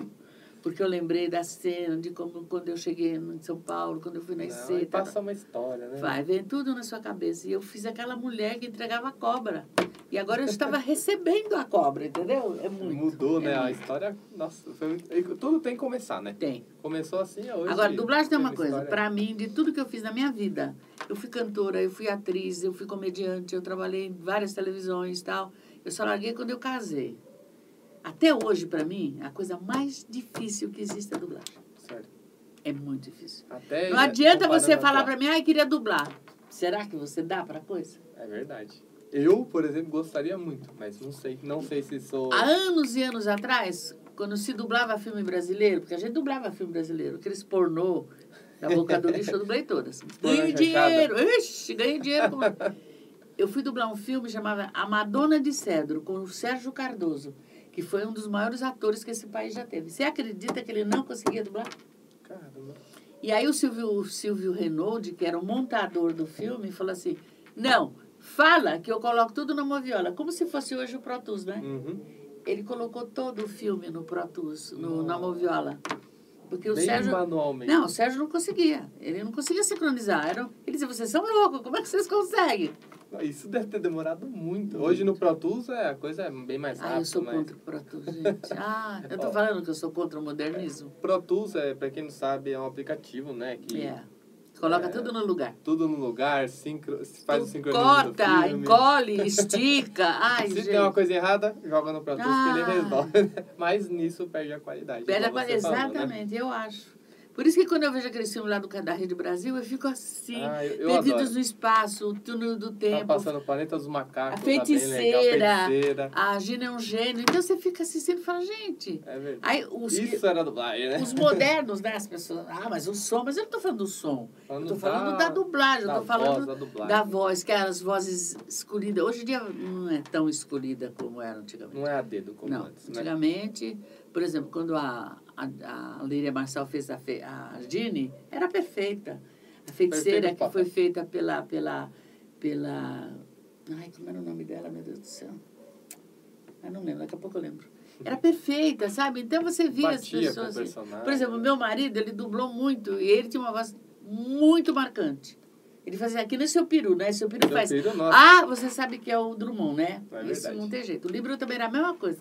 S3: porque eu lembrei da cena, de como quando eu cheguei em São Paulo, quando eu fui na
S2: Não, e
S3: IC. tá, tá.
S2: passa uma história, né?
S3: Vai, vem tudo na sua cabeça. E eu fiz aquela mulher que entregava cobra. E agora
S2: <laughs>
S3: eu estava recebendo a cobra, entendeu? É muito.
S2: Mudou, né?
S3: É
S2: A
S3: muito.
S2: história, nossa, foi muito- tudo tem que começar, né?
S3: Tem.
S2: Começou assim, hoje...
S3: Agora, dublagem tem uma
S2: teve
S3: coisa.
S2: história.
S3: Pra mim, de tudo que eu fiz na minha vida, eu fui cantora, eu fui atriz, eu fui comediante, eu trabalhei em várias televisões e tal. Eu só larguei quando eu casei. Até hoje, pra mim, a coisa mais difícil que existe é dublagem.
S2: Certo.
S3: É muito difícil.
S2: Até
S3: Não adianta
S2: comparando
S3: você
S2: a-
S3: falar pra mim, ai, queria dublar. Será que você dá pra coisa?
S2: É verdade. Eu, por exemplo, gostaria muito, mas não sei, não sei se sou...
S3: Há anos e anos atrás, quando se dublava filme brasileiro, porque a gente dublava filme brasileiro, aqueles pornô da boca do lixo, eu dublei todas.
S2: chanchada.
S3: Ganhei dinheiro, ixi, ganhei dinheiro. com- Eu fui dublar um filme chamado A Madonna de Cedro, com o Sérgio Cardoso, que foi um dos maiores atores que esse país já teve. Você acredita que ele não conseguia dublar?
S2: Caramba.
S3: E aí o Silvio, o Silvio Renaud, que era o montador do filme, falou assim, não, fala que eu coloco tudo numa viola, como se fosse hoje o Pro Tools, né?
S2: Uhum.
S3: Ele colocou todo o filme no Pro Tools, no, na
S2: Nossa.
S3: Moviola. Porque o
S2: Bem
S3: Sérgio.
S2: manualmente.
S3: Não, o Sérgio não conseguia. Ele não conseguia sincronizar. Era... um- Ele dizia, vocês são loucos, como é que vocês conseguem?
S2: Isso deve ter demorado muito. Hoje no Pro Tools é, a coisa é bem mais rápida.
S3: Ah, eu sou
S2: mas...
S3: contra o Pro
S2: <laughs>
S3: Tools, gente. Ah, eu tô
S2: Ó.
S3: falando que eu sou contra o modernismo.
S2: Pro Tools, é, pra quem não sabe, é um aplicativo, né? Que
S3: É. Coloca
S2: É.
S3: tudo no lugar.
S2: tudo no lugar, sincro... faz o
S3: Tu
S2: sincronismo do
S3: corta,
S2: filme.
S3: encolhe,
S2: <laughs>
S3: estica. Ai,
S2: Se
S3: gente.
S2: tem uma coisa errada, joga no Pro Tools que
S3: Ah.
S2: ele resolve. né? Mas nisso perde a qualidade.
S3: Perde a
S2: igual
S3: qualidade.
S2: você falou, né?
S3: Exatamente, eu acho. Por isso que quando eu vejo aquele filme lá do, da Rede Brasil, eu fico assim.
S2: Ah, eu, eu adoro.
S3: Perdidos no espaço, o túnel do
S2: Tá
S3: tempo.
S2: passando o Planeta dos Macacos,
S3: A
S2: tá bem legal.
S3: feiticeira.
S2: feiticeira.
S3: a Gina é um gênio. Então você fica assistindo e fala, gente.
S2: É verdade.
S3: Aí Ah, os,
S2: Isso era dublagem, né?
S3: os modernos, né? As pessoas. Ah, mas o som, mas eu não tô falando do som. Eu
S2: Falando
S3: tô falando da dublagem, eu
S2: da
S3: tô falando
S2: voz, da dublagem.
S3: da voz, que eram as vozes escolhidas. Hoje em dia não é tão escolhida como era antigamente.
S2: Não é a dedo como
S3: Não,
S2: antes, né?
S3: antigamente, por exemplo, quando a, a, a Líria Marçal fez a, fe, a Gine, era perfeita. A feiticeira
S2: Perfeito,
S3: que
S2: papai.
S3: foi feita pela, pela, pela... Ai, como era o nome dela, meu Deus do céu? Ah, não lembro, daqui a pouco eu lembro.
S2: <laughs>
S3: Era perfeita, sabe? Então você via as
S2: Batia com o
S3: pessoas... assim.
S2: personagem. né?
S3: Por exemplo, meu marido, ele dublou muito e ele tinha uma voz muito marcante. Ele fazia aqui no seu peru, né? Seu peru
S2: Meu
S3: faz...
S2: filho, nossa.
S3: Ah, você sabe que é o Drummond, né?
S2: É
S3: Isso
S2: verdade.
S3: não tem jeito. O Libro também era a mesma coisa.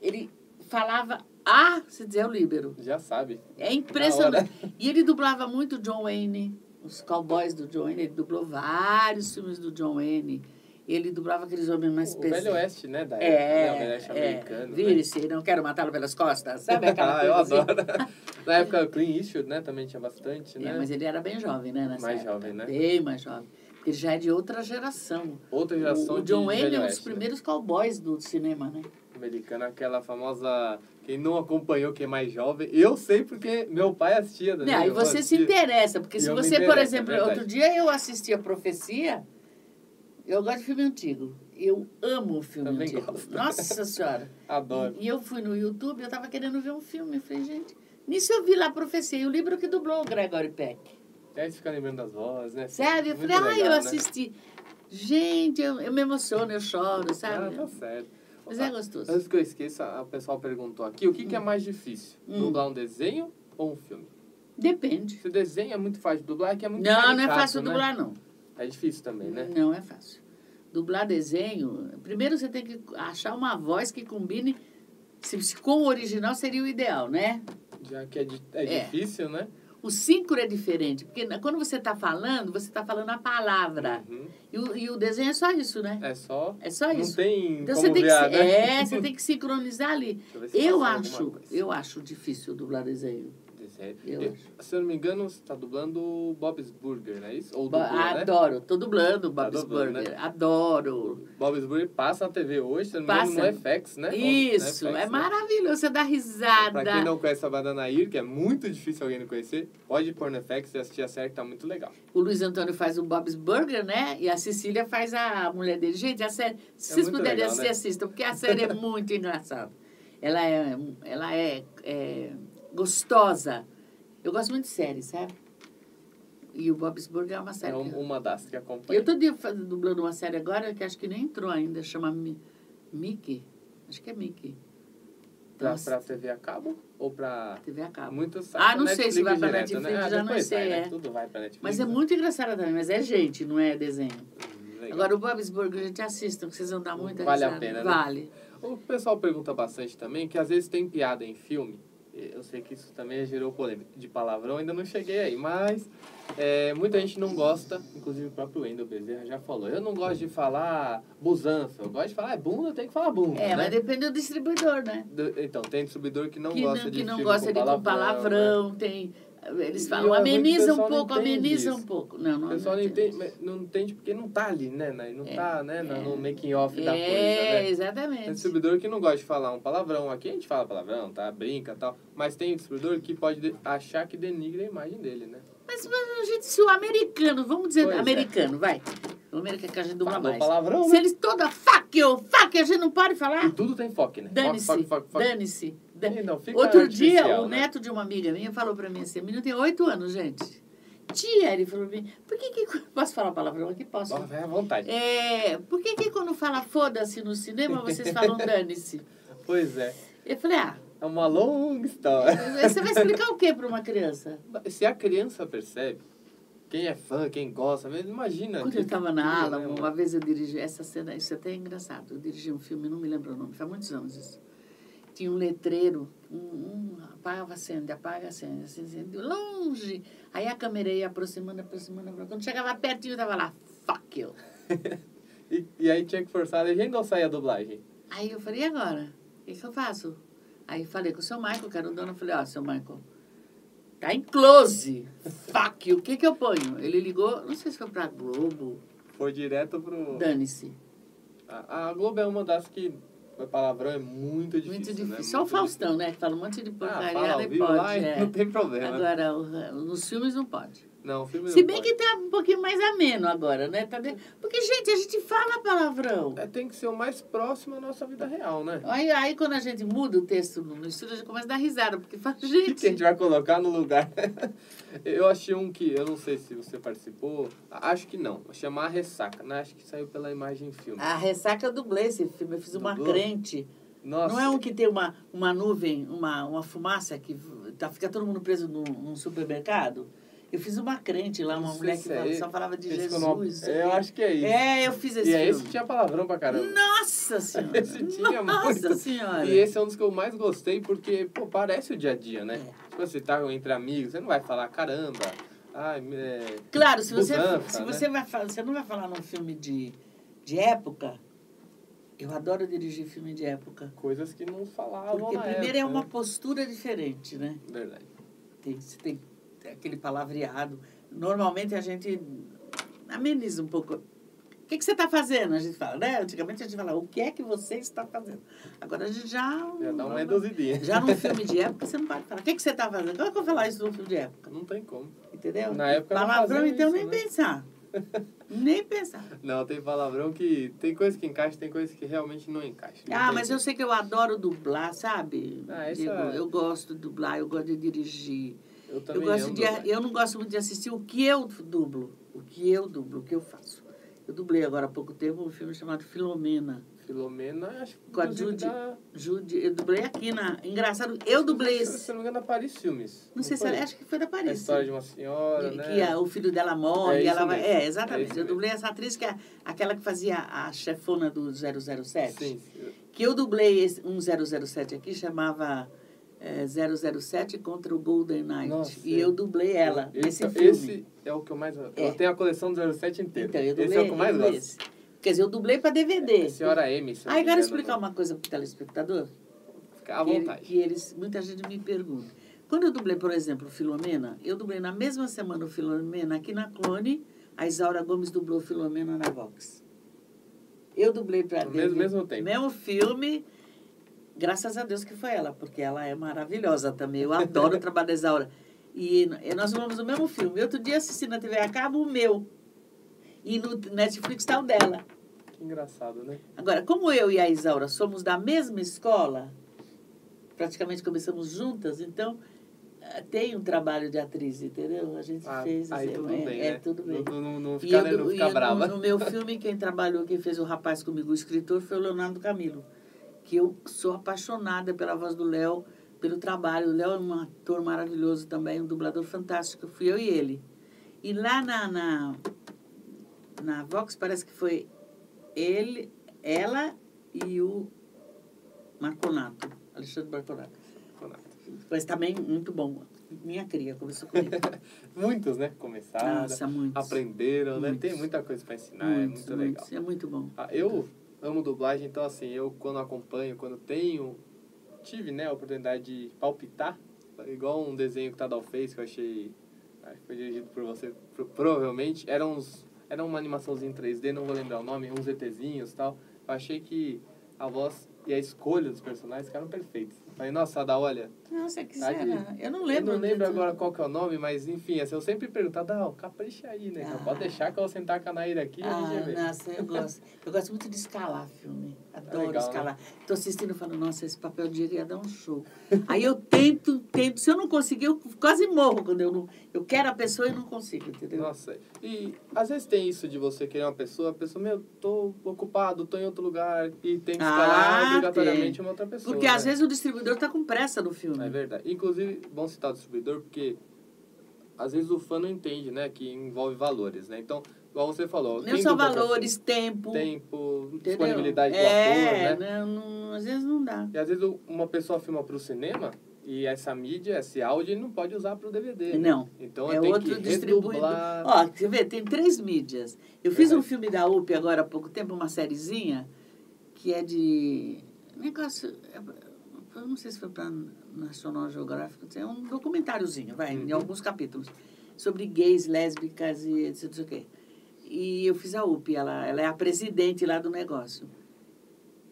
S3: Ele falava ah, se dizer o Libero.
S2: Já sabe.
S3: É impressionante. E ele dublava muito John Wayne, os cowboys do John Wayne. Ele dublou vários filmes do John Wayne. Ele dublava aqueles homens mais
S2: o Velho
S3: pesados.
S2: Oeste, né? Da época, né? O Velho
S3: É,
S2: Oeste
S3: é.
S2: americano. né?
S3: Vire-se, não quero matá-lo
S2: <laughs>
S3: pelas costas. Sabe aquela
S2: ah, eu
S3: coisa assim?
S2: adoro. <laughs> Na época, o Clean Eastwood, né? Também tinha bastante, né?
S3: É, mas ele era bem jovem, né? Nessa
S2: Mais
S3: época.
S2: jovem, né?
S3: Bem mais jovem. Porque ele já é de outra geração.
S2: Outra geração
S3: o, o
S2: de
S3: John Wayne
S2: Velho
S3: é um dos
S2: Oeste, né?
S3: primeiros cowboys do cinema, né?
S2: Americana, aquela famosa... Quem não acompanhou, quem é mais jovem. Eu sei porque meu pai assistia. Né?
S3: Não, e
S2: Eu
S3: você se
S2: assistia.
S3: interessa, porque
S2: E
S3: se
S2: eu me
S3: você, por
S2: interesso, é
S3: exemplo,
S2: verdade.
S3: outro dia eu assisti a Profecia, eu gosto de filme antigo. Eu amo o filme
S2: Também
S3: antigo.
S2: gosto. <laughs>
S3: Nossa Senhora.
S2: Adoro.
S3: E eu fui no YouTube, eu tava querendo ver um filme. Eu falei, gente, nisso eu vi lá a Profecia, e o livro que dublou o Gregory Peck.
S2: E aí você fica lembrando das vozes, né?
S3: Sabe? Eu
S2: Muito
S3: falei, ah, eu
S2: legal, né?
S3: assisti. Gente, eu, eu me emociono, eu choro,
S2: Ah,
S3: sabe?
S2: tá certo.
S3: Mas é gostoso.
S2: Antes que eu esqueça, o pessoal perguntou aqui, o que, que é mais difícil?
S3: Hum.
S2: Dublar um desenho ou um filme?
S3: Depende.
S2: Se o desenho é muito fácil de dublar, é que é muito
S3: Não, não é
S2: caricato,
S3: fácil
S2: né?
S3: dublar, não.
S2: É difícil também, né?
S3: Não é fácil. Dublar desenho, primeiro você tem que achar uma voz que combine. Se, se com o original seria o ideal, né?
S2: Já que é, di- é
S3: É.
S2: difícil, né?
S3: O síncro é diferente, porque na- quando você está falando, você está falando a palavra.
S2: Uhum.
S3: E o, e o desenho é só isso, né?
S2: É só...
S3: É só
S2: não
S3: isso.
S2: tem
S3: Então você
S2: como
S3: tem, que,
S2: ver,
S3: se-
S2: né?
S3: é, você tem que sincronizar ali.
S2: Deixa ver se
S3: Eu
S2: passa alguma
S3: acho,
S2: coisa.
S3: eu acho difícil dublar desenho.
S2: Desenho.
S3: Eu
S2: Eu-
S3: acho.
S2: Se eu não me engano, você tá dublando Bob's Burger, não é isso? Ou
S3: Ba-
S2: dublou, né? Tá
S3: Adoro, tô dublando Bob's
S2: dublando, né?
S3: Burger, adoro.
S2: Bob's Burger passa na TV hoje, se eu não me
S3: Passa.
S2: engano, no FX, né? Ou- no
S3: Isso,
S2: FX,
S3: é
S2: né?
S3: maravilhoso, você dá
S2: Pra quem
S3: risada.
S2: não conhece a Badanair, que é muito difícil alguém não conhecer, pode pôr no FX e assistir a série que tá muito legal.
S3: O Luiz Antônio faz o Bob's Burger, né? E a Cecília faz a mulher dele. Gente, a série, se vocês
S2: muito
S3: puderem
S2: legal,
S3: assistir,
S2: né?
S3: assistam, porque a série
S2: <laughs>
S3: é muito engraçada. Ela é, ela é, é gostosa. Eu gosto muito de série, sabe? E o Bob's Burger é uma série.
S2: É um- uma das que acompanha.
S3: Eu tô de- faz- dublando uma série agora que acho que nem entrou ainda, chama Mi- Mickey. Acho que é Mickey.
S2: Pra,
S3: Nossa.
S2: pra TV a cabo ou pra.
S3: TV a cabo.
S2: Muitos
S3: Ah, não sei se vai pra
S2: direto,
S3: Netflix, já não
S2: depois
S3: sei,
S2: vai, né?
S3: é.
S2: Tudo vai pra Netflix.
S3: Mas é
S2: né?
S3: muito engraçada também, mas é gente, não é desenho.
S2: Hum, legal.
S3: Agora o Bob's Burger, gente, assistam, que vocês vão dar muita
S2: Vale a
S3: risada.
S2: pena, né?
S3: Vale.
S2: O pessoal pergunta bastante também que às vezes tem piada em filme. Eu sei que isso também gerou polêmica de palavrão, ainda não cheguei aí, mas é, muita gente não gosta, inclusive o próprio Wendel Bezerra já falou. Eu não gosto de falar busança, eu gosto de falar é bunda, tem que falar bunda.
S3: É,
S2: né?
S3: mas depende do distribuidor, né?
S2: Do- Então, tem distribuidor que não
S3: que
S2: gosta
S3: não,
S2: de
S3: que não
S2: filme
S3: gosta de com
S2: né?
S3: palavrão, tem. Eles
S2: E
S3: falam,
S2: eu- às vezes o
S3: ameniza um
S2: pessoal não
S3: pouco,
S2: entende
S3: ameniza
S2: isso.
S3: um pouco. Não, não.
S2: O pessoal não
S3: entende.
S2: entende, mas não entende porque não tá ali, né? né? Não
S3: É,
S2: tá né, no-
S3: é.
S2: no making off
S3: É,
S2: da coisa, né? Tem
S3: exatamente.
S2: distribuidor que não gosta de falar um palavrão. Aqui a gente fala palavrão, tá? Brinca e tal. Mas tem distribuidor que pode de- achar que denigra a imagem dele, né?
S3: Mas, mas, gente, se o americano, vamos dizer
S2: Pois é.
S3: americano, vai. O americano que a gente dubla
S2: Falou
S3: mais.
S2: palavrão,
S3: Se
S2: né?
S3: eles toda fuck you, fuck, a gente não pode
S2: E
S3: falar.
S2: tudo tem foco, né? Foco,
S3: Dane-se,
S2: foco, foco, foco.
S3: dane-se. Dan-
S2: E não, fica
S3: Outro dia,
S2: artificial,
S3: o
S2: né?
S3: neto de uma amiga minha falou pra mim assim, o menino tem oito anos, gente. Tia, ele falou pra mim, por que que... Posso falar palavrão aqui? Posso.
S2: Ó, vai à vontade.
S3: É, por que, que quando fala foda-se no cinema, vocês falam dane-se?
S2: Pois é.
S3: Eu falei, ah,
S2: É uma longa história.
S3: você vai explicar o que pra uma criança?
S2: Se a criança percebe, quem é fã, quem gosta, mesmo, imagina.
S3: Quando
S2: que-
S3: eu estava na
S2: que- né,
S3: Alamo, uma vez eu dirigi essa cena, isso até é engraçado. Eu dirigi um filme, não me lembro o nome, faz muitos anos isso. Tinha um letreiro, um, um apaga, acende, apaga, acende, acende, acende, assim, longe. Aí a câmera ia aproximando, aproximando, aproximando. Quando chegava pertinho, tava lá, fuck you.
S2: E, e aí tinha que forçar a legenda ou sair a dublagem?
S3: Aí eu falei, e agora? O que, que eu faço? Aí falei com o seu Michael, que era o dono, eu falei, ó, seu Michael, tá em close. Fuck, you, o que que eu ponho? Ele ligou, não sei se foi pra Globo,
S2: Foi direto pro.
S3: dane-se.
S2: A, a Globo é uma das que. O palavrão é muito difícil.
S3: Muito difícil.
S2: Né?
S3: Só o
S2: Muito
S3: Faustão, né? Que fala um monte de
S2: Ah,
S3: porcaria,
S2: fala
S3: ele
S2: ao vivo
S3: pode.
S2: lá e
S3: é.
S2: não tem problema.
S3: Agora, o- nos filmes não pode.
S2: Não, o filme
S3: Se
S2: não
S3: bem
S2: pode.
S3: que tá um pouquinho mais ameno agora, né? Tá de- Porque, gente, a gente fala palavrão.
S2: É, tem que ser o mais próximo à nossa vida real, né?
S3: Aí, aí quando a gente muda o texto no no estúdio, a gente começa a dar risada,
S2: <laughs>
S3: porque fala,
S2: O que, que a gente vai colocar no lugar? <laughs> eu achei um que, eu não sei se você participou, a- acho que não. Vou chamar a ressaca, né? Acho que saiu pela imagem filme.
S3: A ressaca eu dublei esse filme, eu fiz uma
S2: Dublou?
S3: crente.
S2: Nossa,
S3: Não é um que tem uma, uma nuvem, uma, uma fumaça que tá, fica todo mundo preso num, num supermercado? Eu fiz uma crente lá,
S2: Não
S3: uma
S2: sei
S3: mulher que
S2: se é
S3: fala-
S2: ele.
S3: só falava de
S2: esse que
S3: Jesus.
S2: eu não- é, eu acho que é isso.
S3: É, eu fiz esse
S2: e é esse que
S3: filme.
S2: tinha palavrão pra caramba.
S3: Nossa
S2: <laughs>
S3: senhora!
S2: Esse tinha
S3: Nossa
S2: muito.
S3: senhora!
S2: E esse é um dos que eu mais gostei, porque, pô, parece o dia a dia,
S3: É.
S2: né? Tipo, você tá entre amigos, você não vai falar, caramba, ai, é...
S3: Claro, se você,
S2: Mudança,
S3: se
S2: né?
S3: você, vai, fa- você não vai falar num filme de, de época, eu adoro dirigir filme de época.
S2: coisas que não falavam
S3: Porque
S2: na
S3: primeiro é
S2: época,
S3: uma
S2: né?
S3: postura diferente, né?
S2: Verdade.
S3: tem, você tem aquele palavreado. Normalmente a gente ameniza um pouco. O que, que você está fazendo? A gente fala, né? Antigamente a gente falava, o que é que você está fazendo? Agora a gente já.
S2: Já dá um uma reduzidinha.
S3: Já num filme de época você não pode falar, o que, que você está fazendo? Como é que eu vou falar isso num filme de
S2: <laughs>
S3: época?
S2: Não tem como.
S3: Entendeu?
S2: Na época não
S3: Palavrão,
S2: fazia
S3: então,
S2: isso,
S3: nem
S2: né?
S3: pensar. nem pensar.
S2: <laughs> Não, tem palavrão que. Tem coisa que encaixa, tem coisa que realmente não encaixa. Não
S3: Ah,
S2: tem
S3: mas eu
S2: jeito.
S3: sei que eu adoro dublar, sabe?
S2: Ah, essa-
S3: Diego, eu gosto de dublar, eu gosto de dirigir.
S2: Eu
S3: Eu,
S2: também
S3: gosto
S2: amo né?
S3: de,
S2: dublar.
S3: eu não gosto muito de assistir o que eu dublo. O que eu dublo, o que eu faço. Eu dublei agora há pouco tempo um filme chamado Filomena.
S2: Filomena, acho que.
S3: Com a
S2: inclusive,
S3: Judy.
S2: da-
S3: Jude, eu dublei aqui na. Engraçado, eu dublei
S2: Se
S3: esse.
S2: eu não me engano, da Paris Filmes.
S3: Não sei se
S2: foi?
S3: era, acho que foi da
S2: A
S3: Paris.
S2: história de uma senhora, né?
S3: Que é a- o filho dela morre.
S2: É
S3: e ela
S2: isso
S3: vai,
S2: mesmo.
S3: é,
S2: É
S3: exatamente.
S2: isso
S3: eu dublei essa atriz que é aquela que fazia a chefona do 007.
S2: Sim, sim.
S3: Que eu dublei esse, um 007 aqui, chamava é, 007 contra o Golden Knight.
S2: Nossa,
S3: e eu dublei ela
S2: Esse,
S3: nesse filme.
S2: esse é o que eu mais. Eu tenho a coleção do 07 inteiro.
S3: Então, eu dublei,
S2: esse é o que eu mais
S3: dublei
S2: gosto.
S3: esse. Quer dizer, eu dublei para DVD.
S2: É Senhora M. se eu
S3: Aí,
S2: não me
S3: quero
S2: engano,
S3: explicar
S2: não.
S3: uma coisa para o telespectador.
S2: Fica à
S3: que ele-
S2: vontade.
S3: que eles, muita gente me pergunta. Quando eu dublei, por exemplo, Filomena, eu dublei na mesma semana o Filomena aqui na Clone, a Isaura Gomes dublou Filomena na Vox. Eu dublei para
S2: No mesmo- mesmo tempo.
S3: Mesmo filme. Graças a Deus que foi ela, porque ela é maravilhosa também. Eu adoro o trabalho da Isaura. E n- nós vamos no mesmo filme. Outro dia assisti na TV a cabo o meu. E no Netflix está o dela.
S2: Que engraçado, né?
S3: Agora, como eu e a Isaura somos da mesma escola, praticamente começamos juntas, então eh, tem um trabalho de atriz, entendeu? A gente
S2: Ah,
S3: fez.
S2: aí
S3: assim,
S2: tudo
S3: é,
S2: bem.
S3: é,
S2: né?
S3: tudo bem.
S2: Não, não, não
S3: E
S2: fica,
S3: eu
S2: né?
S3: du-
S2: não
S3: e
S2: fica
S3: eu-
S2: brava.
S3: No, meu filme, quem trabalhou, quem fez o rapaz comigo, o escritor, foi o Leonardo Camilo, que eu sou apaixonada pela voz do Léo, pelo trabalho. O Léo é um ator maravilhoso também, um dublador fantástico. Fui eu e ele. E lá na, na, na Vox parece que foi ele, ela e o Marconato, Alexandre Marconato. Mas também muito bom. Minha cria começou
S2: <laughs>
S3: comigo.
S2: <laughs> Muitos, né? Começaram,
S3: Nossa, muitos.
S2: aprenderam, né?
S3: Muitos.
S2: Tem muita coisa pra ensinar,
S3: muitos,
S2: é muito legal.
S3: muitos. É muito bom.
S2: Ah, eu amo dublagem, então assim, eu quando acompanho, quando tenho, tive né, a oportunidade de palpitar, igual um desenho que o Tadal fez, que eu achei, acho que foi dirigido por você, pro- provavelmente, era, uns, era uma animaçãozinha em 3D, não vou lembrar o nome, uns ETzinhos e tal, eu achei que a voz e a escolha dos personagens ficaram perfeitos. Falei, nossa, Tadal, olha,
S3: Nossa, que
S2: Tá
S3: será? né? Eu não
S2: eu
S3: lembro.
S2: não lembro
S3: de-
S2: agora qual que é o nome, mas enfim, assim, eu sempre pergunto, Tadal, capricha aí, né? cara?
S3: Ah.
S2: Pode deixar que eu vou sentar com a Naira aqui e a gente vê.
S3: Ah, nossa, eu gosto. Eu gosto muito de escalar filme. Adoro
S2: legal, né?
S3: escalar. Tô assistindo e falo, nossa, esse papel de dinheiro ia dar um show. Aí eu tento, tento. Se eu não conseguir, eu quase morro quando eu não. Eu quero a pessoa e não consigo, entendeu?
S2: Nossa, e às vezes tem isso de você querer uma pessoa, a pessoa, meu, tô ocupado, tô em outro lugar, e tem que escalar
S3: Ah,
S2: obrigatoriamente
S3: tem.
S2: uma outra pessoa.
S3: Porque às
S2: né?
S3: vezes o distribuidor tá com pressa no filme.
S2: É verdade. Inclusive, bom citar o distribuidor, porque às vezes o fã não entende, né, que envolve valores, né? Então, igual você falou.
S3: não
S2: quem
S3: são
S2: dubla pra
S3: valores, tempo.
S2: você? Tempo,
S3: entendeu?
S2: disponibilidade do
S3: é,
S2: ator, né?
S3: não- não- às vezes não dá.
S2: E às vezes o- uma pessoa filma pro cinema e essa mídia, esse áudio, ele não pode usar pro DVD. né?
S3: Não.
S2: Então,
S3: é
S2: tem
S3: outro
S2: que
S3: distribuidor.
S2: redublar. É.
S3: Ó, você vê, tem três mídias. Eu fiz um
S2: Verdade.
S3: filme da UP agora há pouco tempo, uma sériezinha, que é de. um Negócio. é- Eu não sei se foi para National Geographic, é um documentáriozinho, vai, em
S2: Uhum.
S3: alguns capítulos, sobre gays, lésbicas e etc. não sei o quê. E eu fiz a UP, ela, ela é a presidente lá do negócio.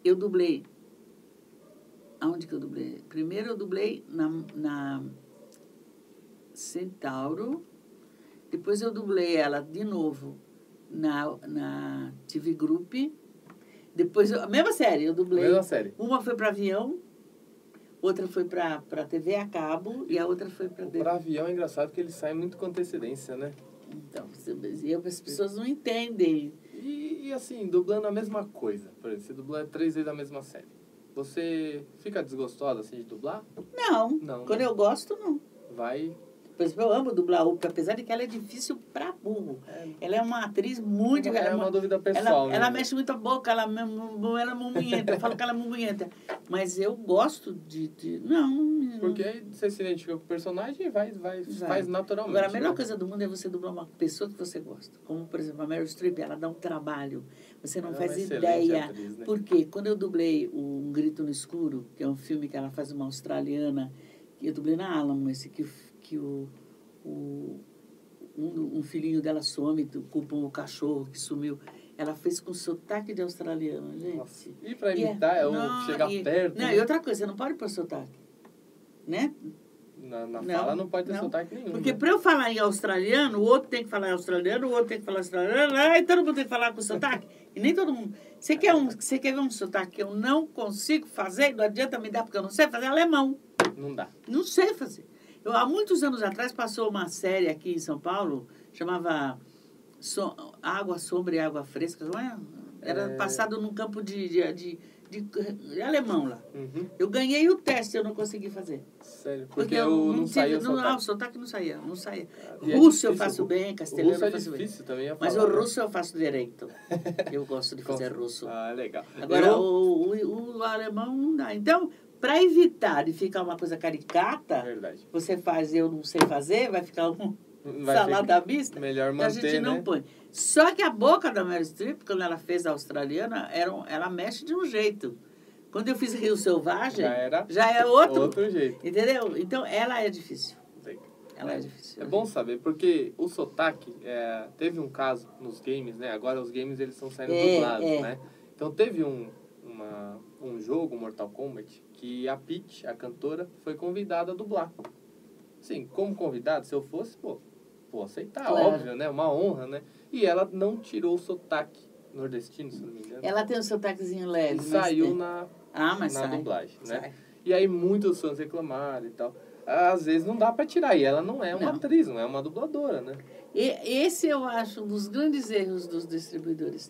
S3: Eu dublei. Aonde que eu dublei? Primeiro eu dublei na, na Centauro. Depois eu dublei ela de novo na, na TV Group. Depois, eu, a mesma série, eu dublei.
S2: Mesma série.
S3: Uma foi para avião, outra foi para TV a cabo e a outra foi para
S2: O pra avião é engraçado que ele sai muito com antecedência, né?
S3: Então, você- e as pessoas não entendem.
S2: E, e, assim, dublando a mesma coisa. Por exemplo, você dubla três vezes a mesma série. Você fica desgostosa assim de dublar?
S3: Não.
S2: Não,
S3: Quando
S2: né?
S3: eu gosto, não.
S2: Vai.
S3: Por exemplo, eu amo dublar a Uca, apesar de que ela é difícil pra burro. Ela é uma atriz muito...
S2: é
S3: ela
S2: uma dúvida
S3: Ela,
S2: pessoal. né?
S3: ela mexe muito a boca, ela, mem- ela é mumunhenta, eu falo que ela é mumunhenta. Mas eu gosto de. de- não, não.
S2: Porque você se identifica com o personagem e vai, vai,
S3: Vai.
S2: faz naturalmente.
S3: Agora, a melhor
S2: né?
S3: coisa do mundo é você dublar uma pessoa que você gosta. Como, por exemplo, a Meryl Streep, ela dá um trabalho. Você não
S2: Ela é uma
S3: faz
S2: excelente
S3: ideia.
S2: atriz, né?
S3: Porque quando eu dublei o Um Grito no Escuro, que é um filme que ela faz uma australiana, que eu dublei na Alamo, esse que, o- que o, o- um, um filhinho dela some, tu- culpa o cachorro que sumiu. Ela fez com sotaque de australiano, gente.
S2: Nossa. E pra
S3: E é-
S2: imitar, é ou
S3: não,
S2: chegar
S3: e-
S2: perto.
S3: Não,
S2: né? Uhum.
S3: e outra coisa, você não pode pôr sotaque. Né?
S2: Na, na
S3: Não,
S2: fala não pode ter
S3: não.
S2: sotaque nenhum.
S3: Porque
S2: né?
S3: para eu falar em australiano, o outro tem que falar em australiano, o outro tem que falar em australiano, e todo mundo tem que falar com sotaque. E nem todo mundo. Você quer, um, você quer ver um sotaque que eu não consigo fazer, não adianta me dar, porque eu não sei fazer alemão.
S2: Não dá.
S3: Não sei fazer. Eu, há muitos anos atrás passou uma série aqui em São Paulo, chamava So- Água Sombra e Água Fresca, não é? Era
S2: É.
S3: passado num campo de, de, de- de- de alemão lá.
S2: Uhum.
S3: Eu ganhei o teste, eu não consegui fazer.
S2: Sério. Porque,
S3: Porque
S2: eu não,
S3: tive-
S2: saí o
S3: não, não, o
S2: sotaque.
S3: sotaque não saía, não saía.
S2: E é
S3: russo eu
S2: difícil,
S3: faço
S2: o-
S3: bem,
S2: O
S3: castelhano
S2: russo é
S3: eu faço bem.
S2: difícil também. a
S3: Mas
S2: falar,
S3: o
S2: né?
S3: russo eu
S2: <laughs>
S3: faço direito. Eu gosto de fazer russo.
S2: Ah, legal.
S3: Agora,
S2: Eu-
S3: o, o, o alemão não dá. Então, para evitar de ficar uma coisa caricata,
S2: É Verdade.
S3: você faz eu não sei fazer, vai ficar um
S2: Vai
S3: salada à
S2: ficar
S3: vista.
S2: melhor
S3: A
S2: manter,
S3: gente não
S2: né?
S3: põe. Só que a boca da Meryl Streep, quando ela fez a australiana, era um- ela mexe de um jeito. Quando eu fiz Rio Selvagem,
S2: Já era
S3: já é outro.
S2: outro jeito.
S3: Entendeu? Então, ela é difícil. Ela é difícil.
S2: É bom saber, porque o sotaque, é, teve um caso nos games, né? Agora os games eles estão saindo
S3: É,
S2: dublados,
S3: é.
S2: né? Então teve um, uma, um jogo, Mortal Kombat, que a Peach, a cantora, foi convidada a dublar. Sim, como convidado, se eu fosse, pô, vou aceitar,
S3: Claro.
S2: óbvio, né? Uma honra, né? E ela não tirou o sotaque nordestino, se não me engano.
S3: Ela tem um sotaquezinho
S2: e
S3: leve. mas
S2: saiu
S3: tem.
S2: na,
S3: Ah, mas
S2: na
S3: sai.
S2: dublagem, né?
S3: sai.
S2: E aí muitos fãs reclamaram e tal. Às vezes não dá pra tirar. E ela não é uma
S3: Não.
S2: atriz, não é uma dubladora, né?
S3: E esse eu acho um dos grandes erros dos distribuidores.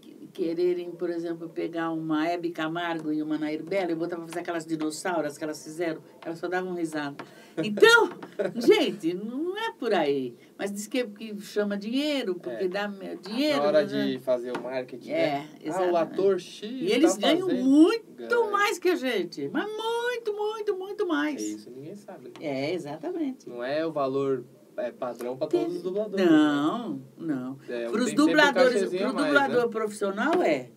S3: Que- quererem, por exemplo, pegar uma Hebe Camargo e uma Nair Bela e botar pra fazer aquelas dinossauras que elas fizeram, elas só davam risada.
S2: <laughs>
S3: Então, gente, não é por aí. Mas diz que é porque chama dinheiro, porque
S2: É.
S3: dá me- dinheiro.
S2: Na hora
S3: mas, né?
S2: de fazer o marketing,
S3: É,
S2: né? Ah, o
S3: exatamente.
S2: ator X
S3: E eles
S2: tá
S3: ganham
S2: fazendo.
S3: muito
S2: Ganha.
S3: mais que a gente. Mas muito, muito, muito
S2: É
S3: mais.
S2: isso, ninguém sabe. né?
S3: É, exatamente.
S2: Não é o valor é, padrão pra
S3: Tem-
S2: todos os dubladores.
S3: Não, não.
S2: Né? É,
S3: Para os
S2: tem sempre um
S3: dubladores,
S2: cachezinho
S3: para
S2: a
S3: o
S2: mais,
S3: dublador
S2: né?
S3: profissional é.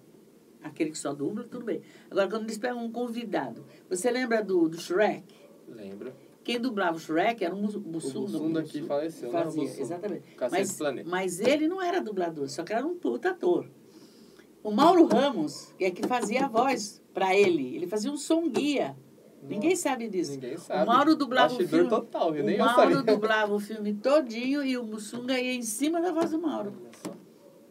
S3: Aquele que só dubla, tudo bem. Agora, quando eles pegam um convidado, você lembra do, do Shrek?
S2: Lembra?
S3: Quem dublava o Shrek era um muçulmano.
S2: O Bussunda que faleceu, né? O
S3: Fazia,
S2: Bussunda.
S3: exatamente.
S2: Cacete
S3: Mas,
S2: Planeta.
S3: mas ele não era dublador, só que era um puta ator. O Mauro Ramos é que fazia a voz para ele. Ele fazia um som guia. Ninguém sabe disso.
S2: Ninguém sabe.
S3: O Mauro dublava o
S2: Bastidor
S3: filme.
S2: total, eu nem
S3: O
S2: eu
S3: Mauro
S2: sabia.
S3: dublava o filme todinho e o Mussunga ia em cima da voz do Mauro.
S2: Olha só.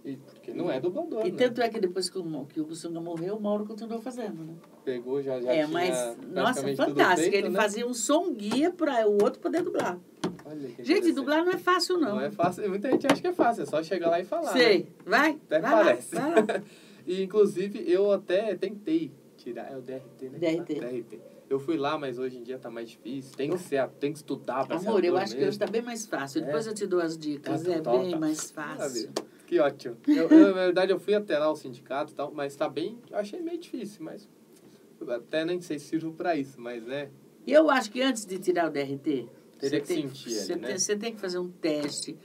S2: E porque não é dublador,
S3: E
S2: né?
S3: tanto é que depois que o, Mo- que o Mussunga morreu, o Mauro continuou fazendo, né?
S2: Pegou, já, já
S3: é,
S2: tinha
S3: mas,
S2: praticamente
S3: nossa,
S2: tudo
S3: fantástico.
S2: feito,
S3: Ele
S2: né?
S3: fazia um som guia para o outro poder dublar.
S2: Olha que
S3: Gente,
S2: interessante.
S3: dublar não é fácil, não.
S2: Não é fácil. Muita gente acha que é fácil, é só chegar lá e falar. né?
S3: Sei. Vai?
S2: Até
S3: vai
S2: parece.
S3: Lá, vai
S2: <laughs>
S3: lá.
S2: E inclusive eu até tentei tirar. É o DRT, né?
S3: DRT.
S2: DRT. Eu fui lá, mas hoje em dia tá mais difícil. Tem
S3: Eu-
S2: que ser, a- tem que estudar pra ser
S3: Amor, eu
S2: ator
S3: acho
S2: Tá
S3: que
S2: mesmo.
S3: hoje está bem mais fácil.
S2: É.
S3: Depois eu te dou as dicas.
S2: Tá,
S3: é
S2: tá,
S3: bem
S2: tá.
S3: mais fácil.
S2: Maravilha. Que ótimo. Eu, eu, na verdade, eu fui até lá o sindicato e tal, mas tá bem. Eu achei meio difícil, mas. eu Até nem sei se sirvo pra isso, mas né?
S3: E eu acho que antes de tirar o DRT,
S2: Teria
S3: você
S2: que
S3: tem,
S2: sentir
S3: você
S2: ali, né?
S3: tem- você tem que fazer um teste.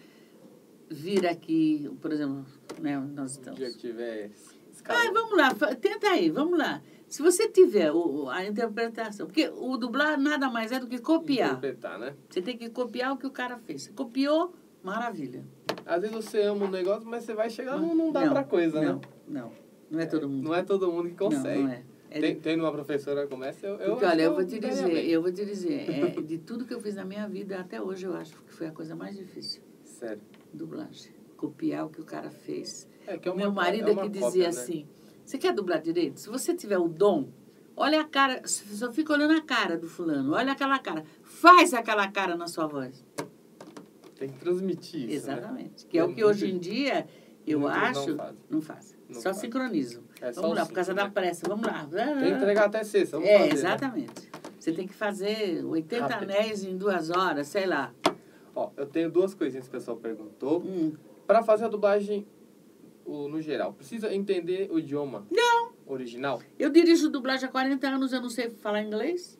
S3: Vir aqui, por exemplo, né, nós
S2: Se um
S3: estamos.
S2: dia que tiver escala.
S3: Ah, vamos lá, fa- tenta aí, vamos lá. Se você tiver o, o- a interpretação, porque o dublar nada mais é do que copiar.
S2: Interpretar, né?
S3: Você tem que copiar o que o cara fez. Você copiou, maravilha.
S2: Às vezes você ama um negócio, mas você vai chegar não, não dá
S3: Ah, Não,
S2: pra coisa,
S3: não,
S2: né?
S3: não, não é todo mundo.
S2: Não é todo mundo que consegue.
S3: Não, não é. É
S2: Tem, tem uma professora que começa, eu, eu
S3: Porque,
S2: acho
S3: olha,
S2: que
S3: eu vou te
S2: ganharia
S3: dizer,
S2: bem.
S3: eu vou te dizer,
S2: <laughs>
S3: é, de tudo que eu fiz na minha vida até hoje, eu acho que foi a coisa mais difícil,
S2: Sério.
S3: dublagem. Copiar o que o cara fez.
S2: É que é uma-
S3: Meu marido
S2: é
S3: é,
S2: uma
S3: que dizia
S2: cópia, né?
S3: assim, você quer dublar direito? Se você tiver o dom, olha a cara, só fica olhando a cara do fulano, olha aquela cara, faz aquela cara na sua voz.
S2: Tem que transmitir isso, né?
S3: Exatamente. Que é o que
S2: Muito-
S3: hoje em dia, eu
S2: muitos não
S3: acho,
S2: fazem.
S3: não faz.
S2: Não
S3: Só
S2: fazem.
S3: sincronizo.
S2: É só
S3: Vamos
S2: o
S3: lá, por causa
S2: cinco,
S3: da
S2: né?
S3: pressa, vamos lá.
S2: Tem que entregar até sexta, vamos
S3: É,
S2: fazer, né?
S3: exatamente. Você tem que fazer 80
S2: Rápido.
S3: anéis em duas horas, sei lá.
S2: Ó, eu tenho duas coisinhas que o pessoal perguntou.
S3: Hum.
S2: Pra fazer a dublagem o- no geral, precisa entender o idioma? Não. Original?
S3: Eu dirijo dublagem há 40 anos, eu não sei falar inglês.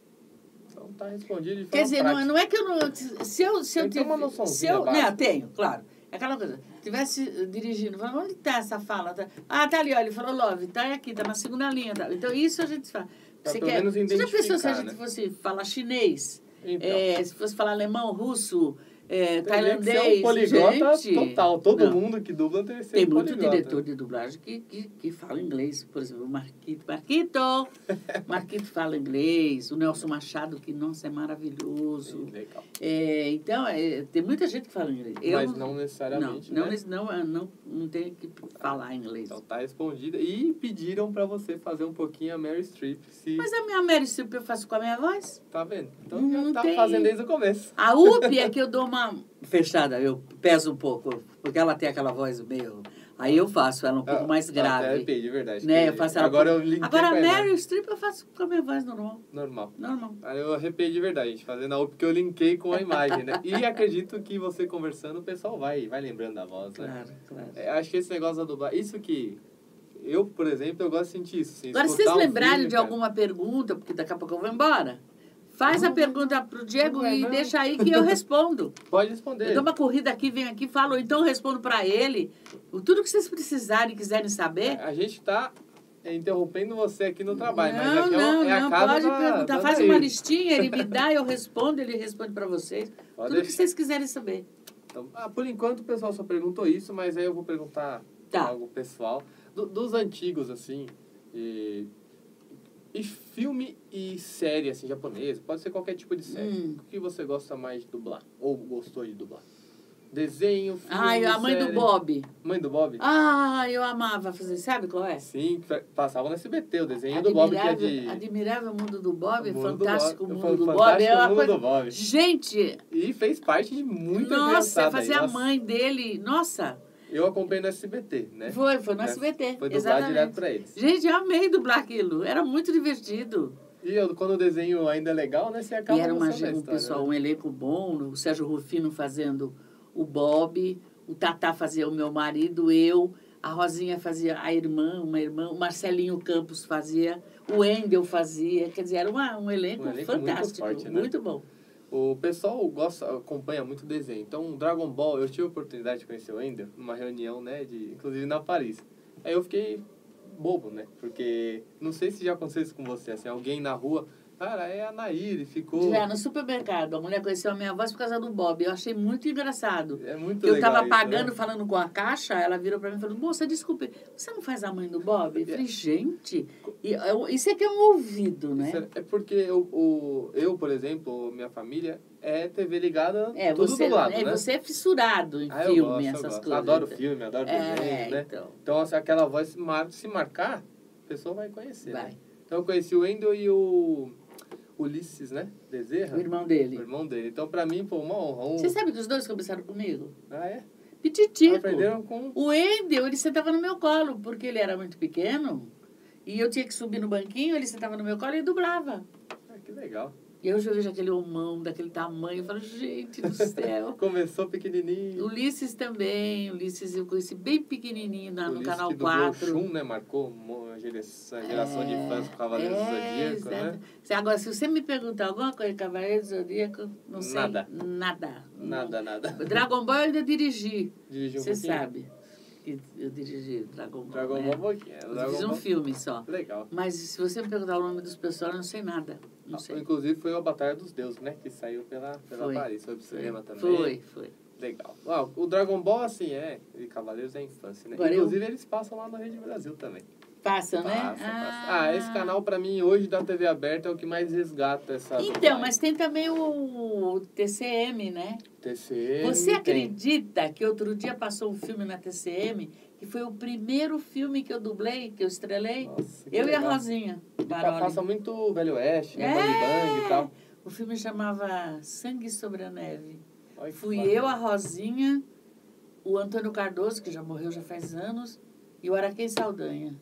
S2: Então tá respondido de forma
S3: Quer dizer, não,
S2: prática.
S3: não é que eu não. Se eu. Se
S2: Tem
S3: eu
S2: que ter uma
S3: tive- se
S2: noçãozinha
S3: eu,
S2: básica.
S3: Não, tenho, claro. É Aquela coisa. Tivesse eh, dirigindo, falando, onde está essa fala? Tá- Ah, tá ali, olha, ele falou, love, tá aqui, tá na segunda linha. tá. Então, isso a gente fala.
S2: Pra pelo menos
S3: Você já pensou se a
S2: identificar,
S3: gente
S2: né?
S3: fosse falar chinês?
S2: Então,
S3: Eh, se fosse falar alemão, russo, eh,
S2: teria que ser
S3: tailandês?
S2: um poliglota
S3: gente.
S2: total. Todo
S3: Não.
S2: mundo que dubla tem que ser
S3: Tem
S2: um
S3: muito
S2: poliglota.
S3: diretor de dublagem que, que, que fala inglês. Por exemplo, o Marquito. Marquito!
S2: <laughs>
S3: Marquito fala inglês. O Nelson Machado, que, nossa, é maravilhoso.
S2: Sim, Legal.
S3: É, então, é, tem muita gente que fala inglês. Eu
S2: Mas não necessariamente,
S3: não,
S2: né?
S3: não, não, não, não tem que falar inglês.
S2: Então tá respondida. E pediram pra você fazer um pouquinho a Mary Streep, se
S3: Mas a minha Mary Streep eu faço com a minha voz.
S2: tá vendo. Então
S3: Não
S2: já tá
S3: tem.
S2: fazendo desde o começo.
S3: A UP é que eu dou uma fechada, eu peso um pouco, porque ela tem aquela voz meio... Aí eu faço ela um pouco mais
S2: Ah, Até
S3: grave.
S2: arrepiei, de verdade.
S3: Né,
S2: que
S3: eu faço ela
S2: Agora
S3: um
S2: eu linkei
S3: Agora,
S2: com
S3: a
S2: ela.
S3: Mary Streep eu faço com a minha voz normal.
S2: Normal.
S3: Normal.
S2: Aí eu arrepiei de verdade, gente, fazendo a UP que eu linkei com a imagem, né? E acredito que você conversando, o pessoal vai, vai lembrando da voz, né?
S3: Claro, claro.
S2: É, acho que esse negócio da dublagem, isso que... Eu, por exemplo, eu gosto de sentir isso. assim,
S3: Agora, se vocês
S2: escutar um
S3: lembrarem
S2: filme,
S3: de
S2: cara.
S3: alguma pergunta, porque daqui a pouco eu vou embora, faz a pergunta pro Diego
S2: Não é,
S3: e
S2: não.
S3: deixa aí que eu respondo.
S2: Pode responder.
S3: Eu dou uma corrida aqui, venho aqui, falo, ou então respondo pra ele. O- Tudo que vocês precisarem e quiserem saber.
S2: A gente tá é, interrompendo você aqui no trabalho, mas
S3: Não,
S2: aqui é,
S3: não,
S2: uma- é a
S3: não,
S2: casa
S3: pode
S2: da-
S3: perguntar.
S2: da
S3: Faz
S2: Nair.
S3: uma listinha, ele me dá, eu respondo, ele responde pra vocês.
S2: Pode
S3: Tudo que
S2: deixar.
S3: vocês quiserem saber.
S2: Então, ah, por enquanto o pessoal só perguntou isso, mas aí eu vou perguntar
S3: Tá.
S2: algo pessoal. Do- dos antigos, assim, e, e filme e série, assim, japonesa, pode ser qualquer tipo de série.
S3: Hum.
S2: O que você gosta mais de dublar? Ou gostou de dublar? Desenho, filme,
S3: Ai, a mãe do
S2: série.
S3: Bob.
S2: Mãe do Bob?
S3: Ah, eu amava fazer, sabe qual é?
S2: Sim, que passava no SBT, o desenho do Bob, que é de...
S3: Admirável Mundo do Bob,
S2: O Mundo do
S3: Fantástico
S2: Bob.
S3: Mundo do Bob.
S2: Fantástico
S3: é uma
S2: Mundo
S3: coisa...
S2: do Bob.
S3: Gente,
S2: E fez parte de muita
S3: nossa,
S2: criançada aí,
S3: fazer a
S2: nossa.
S3: mãe dele. Nossa,
S2: Eu acompanhei no SBT, né?
S3: Foi, foi no
S2: É,
S3: SBT.
S2: Foi dublado
S3: exatamente.
S2: direto pra eles.
S3: Gente, eu amei dublar aquilo. Era muito divertido.
S2: E eu, quando o desenho ainda é legal, né? Você acaba
S3: e era uma,
S2: gostando da
S3: gen- um
S2: história,
S3: pessoal,
S2: né?
S3: um elenco bom, o Sérgio Rufino fazendo o Bob, o Tatá fazia o meu marido, eu, a Rosinha fazia a irmã, uma irmã, o Marcelinho Campos fazia, o Engel fazia, quer dizer, era uma, um elenco,
S2: Um elenco muito
S3: fantástico, muito,
S2: forte, né?
S3: bom.
S2: O pessoal gosta, acompanha muito desenho. Então, Dragon Ball, eu tive a oportunidade de conhecer o Ender numa reunião, né? De, inclusive na Paris. Aí eu fiquei bobo, né? Porque não sei se já aconteceu isso com você, assim, alguém na rua, cara, é a Nair, ficou.
S3: Já no supermercado, a mulher conheceu a minha voz por causa do Bob, eu achei muito engraçado.
S2: É muito
S3: Eu
S2: legal.
S3: estava
S2: isso, né?
S3: pagando, falando com a caixa, ela virou para mim e falou, moça, desculpe, você não faz a mãe do Bob? Eu falei, gente, e- eu- isso aqui é um ouvido, né?
S2: Isso é- É porque eu, o, eu, por exemplo, minha família, é TV ligada
S3: É,
S2: tudo
S3: você,
S2: do lado,
S3: é,
S2: né?
S3: você é fissurado em
S2: Ah, eu
S3: filme,
S2: gosto, eu
S3: essas
S2: gosto.
S3: coisas. né?
S2: Adoro filme, adoro desenho,
S3: É,
S2: né?
S3: então,
S2: Então, assim, aquela voz, se, mar... se marcar, a pessoa vai conhecer. né?
S3: vai.
S2: Então, eu conheci o Wendel e o Ulisses, né? Bezerra,
S3: O
S2: o irmão,
S3: irmão dele.
S2: dele. Então, pra mim, pô, uma honra. Um...
S3: Você sabe que os dois começaram comigo?
S2: Ah, é?
S3: Pititico.
S2: Aprenderam com...
S3: O Endel, ele sentava no meu colo, porque ele era muito pequeno. E eu tinha que subir no banquinho, ele sentava no meu colo e dublava.
S2: Ah, que legal.
S3: E hoje eu vejo aquele homão daquele tamanho, eu falo, gente do céu.
S2: Começou pequenininho.
S3: Ulisses também, Ulisses eu conheci bem pequenininho na, no
S2: Ulisses
S3: Canal
S2: que dublou o
S3: 4.
S2: Shun, né? Marcou uma geração, geração de fãs com Cavaleiros do Zodíaco, né?
S3: É, exato. Se- Agora, se você me perguntar alguma coisa de Cavaleiro do Zodíaco, não sei.
S2: Nada.
S3: Nada.
S2: Nada, nada.
S3: Não. Dragon Ball eu ainda dirigi.
S2: Dirigiu um
S3: Você
S2: pouquinho?
S3: sabe que eu dirigi Dragon Ball.
S2: Dragon
S3: né?
S2: Ball um pouquinho. é,
S3: Eu fiz
S2: Dragon
S3: um
S2: Ball.
S3: filme só.
S2: Legal.
S3: Mas se você me perguntar o nome dos personagens, eu não sei nada. Não sei.
S2: Inclusive Ah, foi o Batalha dos Deuses, né? Que saiu pela, pela
S3: Foi.
S2: Paris, foi pro cinema também.
S3: Foi, foi.
S2: Legal. Ah, o Dragon Ball, assim, é. E Cavaleiros é infância, né?
S3: Agora eu-
S2: Inclusive eles passam lá na Rede Brasil também.
S3: Passa, né?
S2: Passa, passa. Ah, esse canal pra mim hoje da TV aberta é o que mais resgata essa.
S3: Então,
S2: vibe.
S3: mas tem também o TCM, né?
S2: TCM.
S3: Você
S2: tem.
S3: acredita que outro dia passou um filme na TCM que foi o primeiro filme que eu dublei, que eu estrelei?
S2: Nossa, que
S3: eu e a
S2: legal. tá
S3: Rosinha
S2: Pa-
S3: Baroli.
S2: Passa muito Velho Oeste, né?
S3: É.
S2: Bang Bang e tal.
S3: O filme chamava Sangue sobre a Neve.
S2: Olha que
S3: Fui
S2: bacana.
S3: eu, a Rosinha, o Antônio Cardoso, que já morreu já faz anos, e o Araquém Saldanha.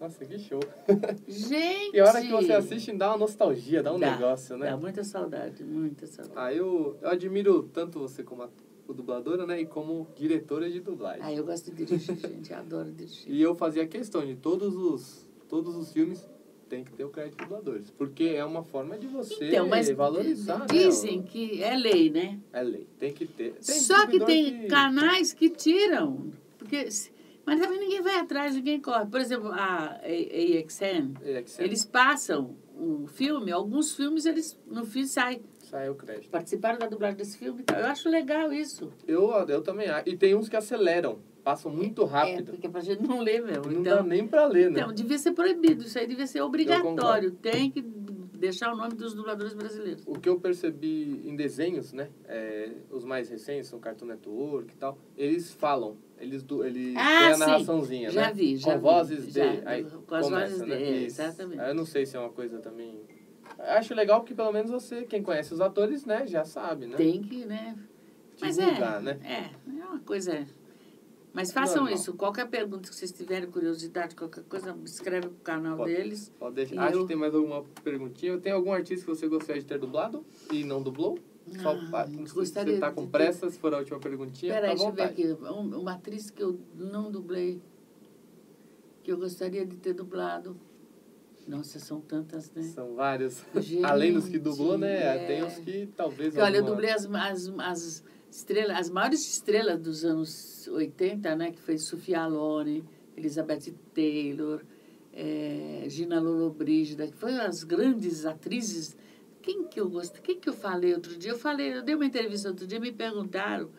S2: Nossa, que show.
S3: Gente!
S2: E a hora que você assiste, dá uma nostalgia, dá um
S3: Dá,
S2: negócio, né?
S3: Dá muita saudade, muita saudade.
S2: Ah, eu, eu admiro tanto você como a, o dubladora, né? E como diretora de dublagem.
S3: Ah, eu gosto de dirigir, gente. Eu adoro dirigir.
S2: E eu fazia questão de todos os, todos os filmes tem que ter o crédito de dubladores. Porque é uma forma de você
S3: Então, mas
S2: valorizar,
S3: dizem
S2: né?
S3: que é lei, né?
S2: o- É lei, tem que ter. Tem
S3: Só que
S2: dublador
S3: tem canais que tiram. Porque, se- mas também ninguém vai atrás, ninguém corre. Por exemplo, a A- AXN,
S2: É, que
S3: eles passam o filme, alguns filmes eles no fim saem.
S2: Saiu o crédito.
S3: Participaram da dublagem desse filme e tal. Eu acho legal isso.
S2: Eu, eu também acho. E tem uns que aceleram, passam muito
S3: É,
S2: rápido.
S3: porque pra gente não ler mesmo.
S2: não dá
S3: Então,
S2: nem pra ler, né?
S3: então, devia ser proibido, isso aí devia ser
S2: concordo.
S3: obrigatório. Tem que deixar o nome dos dubladores brasileiros.
S2: O que eu percebi em desenhos, né? é, os mais recentes, o Cartoon Network e tal, eles falam, eles, do, eles
S3: Ah,
S2: têm a
S3: sim.
S2: narraçãozinha,
S3: já
S2: né?
S3: vi, já
S2: com
S3: vi,
S2: vozes
S3: já,
S2: de. Aí
S3: com as
S2: começa,
S3: vozes
S2: né?
S3: de. é,
S2: Isso.
S3: Exatamente.
S2: Eu não sei se é uma coisa também. Acho legal porque pelo menos você, quem conhece os atores, né, já sabe, né?
S3: Tem que, né? Mas
S2: Divulgar,
S3: é,
S2: né?
S3: é, é uma coisa. Mas façam
S2: Normal.
S3: isso. Qualquer pergunta que vocês tiverem curiosidade, qualquer coisa, escreve pro canal
S2: Pode.
S3: deles.
S2: Pode deixar.
S3: E
S2: Acho
S3: eu-
S2: que tem mais alguma perguntinha. Tem algum artista que você gostaria de ter dublado e não dublou? Só
S3: Ah,
S2: pra,
S3: gostaria
S2: se você tá
S3: de-
S2: com
S3: de-
S2: pressa, se for a última perguntinha,
S3: Peraí,
S2: tá
S3: deixa
S2: à
S3: eu ver
S2: vontade.
S3: aqui. Um- Uma atriz que eu não dublei, que eu gostaria de ter dublado. Nossa, são tantas, né?
S2: São vários. Além dos que dublou, né?
S3: Gente,
S2: Tem
S3: é.
S2: os que talvez.
S3: Olha, eu
S2: alguma-
S3: dublei as, as, as estrelas, as maiores estrelas dos anos 80, né? Que foi Sofia Loren, Elizabeth Taylor, eh, Gina Lollobrigida, que foram as grandes atrizes. Quem que eu gosto? Quem que eu falei outro dia? Eu falei, eu dei uma entrevista outro dia, me perguntaram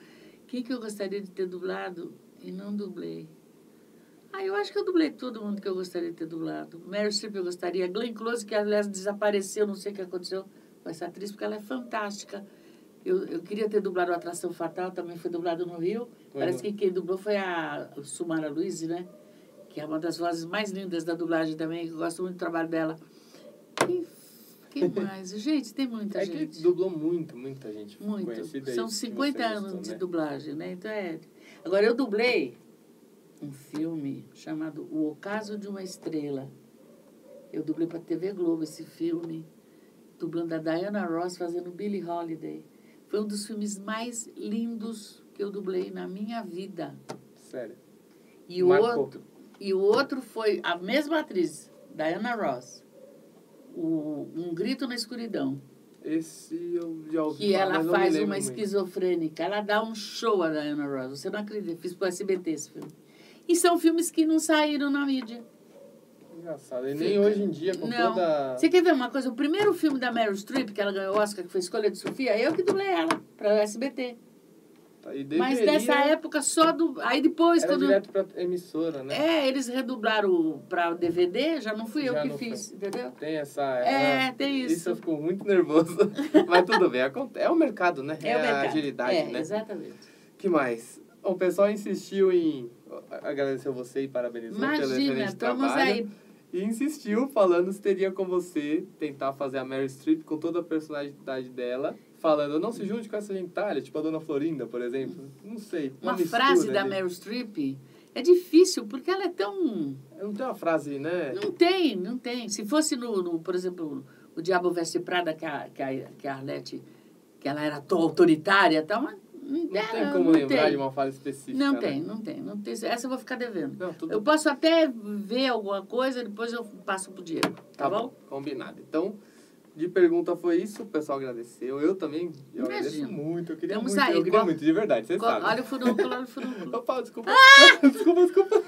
S3: quem que eu gostaria de ter dublado e não dublei. Ah, eu acho que eu dublei todo mundo que eu gostaria de ter dublado. Meryl Streep eu gostaria. Glenn Close, que aliás desapareceu, não sei o que aconteceu com essa atriz, porque ela é fantástica. Eu, eu queria ter dublado a Atração Fatal, também foi dublado no Rio.
S2: Foi
S3: Parece
S2: no-
S3: que quem dublou foi a Sumara Luiz, né? Que é uma das vozes mais lindas da dublagem também, que eu gosto muito do trabalho dela. Quem, quem mais? gente, tem muita
S2: É que
S3: gente.
S2: dublou muito, muita gente.
S3: Muito.
S2: Conhecida aí,
S3: São
S2: que você
S3: 50 anos
S2: gostou,
S3: de
S2: né?
S3: dublagem, né? Então é. Agora, eu dublei um filme chamado O Ocaso de uma Estrela. Eu dublei para a TV Globo esse filme, dublando a Diana Ross fazendo Billie Holiday. Foi um dos filmes mais lindos que eu dublei na minha vida.
S2: Sério.
S3: E o,
S2: Marcou.
S3: outro, e o outro foi a mesma atriz, Diana Ross. O, um Grito na Escuridão.
S2: Esse eu já ouvi.
S3: Que
S2: falar,
S3: ela
S2: mas não me
S3: faz
S2: lembro
S3: uma
S2: muito.
S3: esquizofrênica. Ela dá um show a Diana Ross. Você não acredita. Fiz pro SBT esse filme. E são filmes que não saíram na mídia.
S2: Engraçado. E nem
S3: Fica.
S2: hoje em dia, com
S3: Não.
S2: toda.
S3: Você quer ver uma coisa? O primeiro filme da Meryl Streep, que ela ganhou o Oscar, que foi Escolha de Sofia, eu que dublei ela para o SBT.
S2: E
S3: Mas
S2: deveria-
S3: dessa época só do. Aí depois,
S2: Era
S3: quando.
S2: direto pra emissora, né?
S3: É, eles redublaram para DVD, já não fui
S2: Já
S3: eu que
S2: não
S3: fiz, entendeu?
S2: Tem essa.
S3: É, tem
S2: Isso.
S3: isso.
S2: eu fico muito nervoso. <laughs> Mas tudo bem, aconte- é o mercado, né?
S3: É o mercado.
S2: a agilidade,
S3: é,
S2: né?
S3: Exatamente.
S2: que mais? O pessoal insistiu em. Agradeceu você e parabenizou pelo
S3: Imagina,
S2: excelente
S3: estamos
S2: trabalho.
S3: aí.
S2: E insistiu falando se teria com você tentar fazer a Mary Streep com toda a personalidade dela, falando não se junte com essa gentalha, tipo a Dona Florinda, por exemplo. Não sei.
S3: Uma
S2: mistura
S3: frase da
S2: ali.
S3: Meryl Streep é difícil, porque ela é tão.
S2: Não tem uma frase, né?
S3: Não tem, não tem. Se fosse no, no, por exemplo, o Diabo Veste Prada, que a, que a, que a Arlete, que ela era tão autoritária e tal, mas não,
S2: Não
S3: ela
S2: tem como
S3: Ah, não
S2: lembrar
S3: tem.
S2: de uma frase específica.
S3: Não
S2: né?
S3: tem, não tem, não tem. Essa eu vou ficar devendo.
S2: Não, tudo
S3: Eu posso até ver alguma coisa, depois eu passo pro Diego, tá, bom?
S2: Combinado. Então, de pergunta foi isso, o pessoal agradeceu. Eu também eu
S3: Imagina.
S2: agradeço muito. Eu queria
S3: Vamos
S2: muito,
S3: aí,
S2: eu queria
S3: qual-
S2: muito, de verdade, vocês
S3: Co-
S2: sabem.
S3: Olha o furúnculo, olha
S2: <laughs>
S3: o furúnculo.
S2: Opa, desculpa. <laughs> desculpa,
S3: <laughs>
S2: desculpa.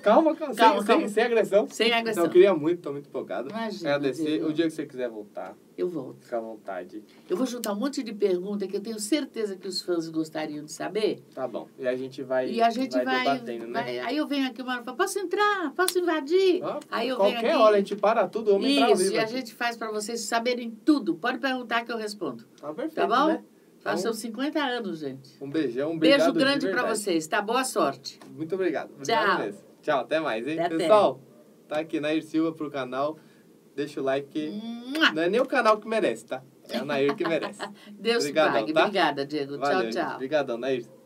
S2: calma, calma.
S3: Calma,
S2: sem,
S3: calma.
S2: Sem, sem agressão.
S3: Sem agressão.
S2: Não, eu queria muito, tô muito empolgado.
S3: Imagina,
S2: Agradecer.
S3: Diego.
S2: O dia que você quiser voltar,
S3: Eu volto.
S2: fica à vontade.
S3: Eu vou juntar um monte de pergunta que eu tenho certeza que os fãs gostariam de saber.
S2: Tá bom. E a gente vai.
S3: e a gente vai.
S2: debatendo, né?
S3: vai- aí eu venho aqui uma hora e falo, posso entrar? Posso invadir?
S2: Ah,
S3: aí eu venho
S2: Qualquer
S3: aqui.
S2: hora a gente para tudo, o homem pra
S3: Isso,
S2: vivo.
S3: e a gente faz para vocês saberem tudo. Pode perguntar que eu respondo.
S2: Tá perfeito.
S3: Tá bom?
S2: né?
S3: Nós
S2: Então,
S3: São 50 anos, gente.
S2: Um beijão, um
S3: Beijo
S2: obrigado de
S3: grande para
S2: verdade.
S3: vocês, tá? Boa sorte.
S2: Muito obrigado.
S3: Tchau.
S2: Obrigado mesmo. Tchau, até mais, hein?
S3: Até.
S2: Pessoal, tá aqui Nair Silva pro canal. Deixa o like que
S3: Mua!
S2: não é nem o canal que merece, tá? É a Nair que merece.
S3: Deus te <laughs>
S2: Obrigadão,
S3: pague.
S2: tá?
S3: Obrigada, Diego.
S2: Valeu,
S3: tchau, tchau.
S2: Obrigadão, Nair.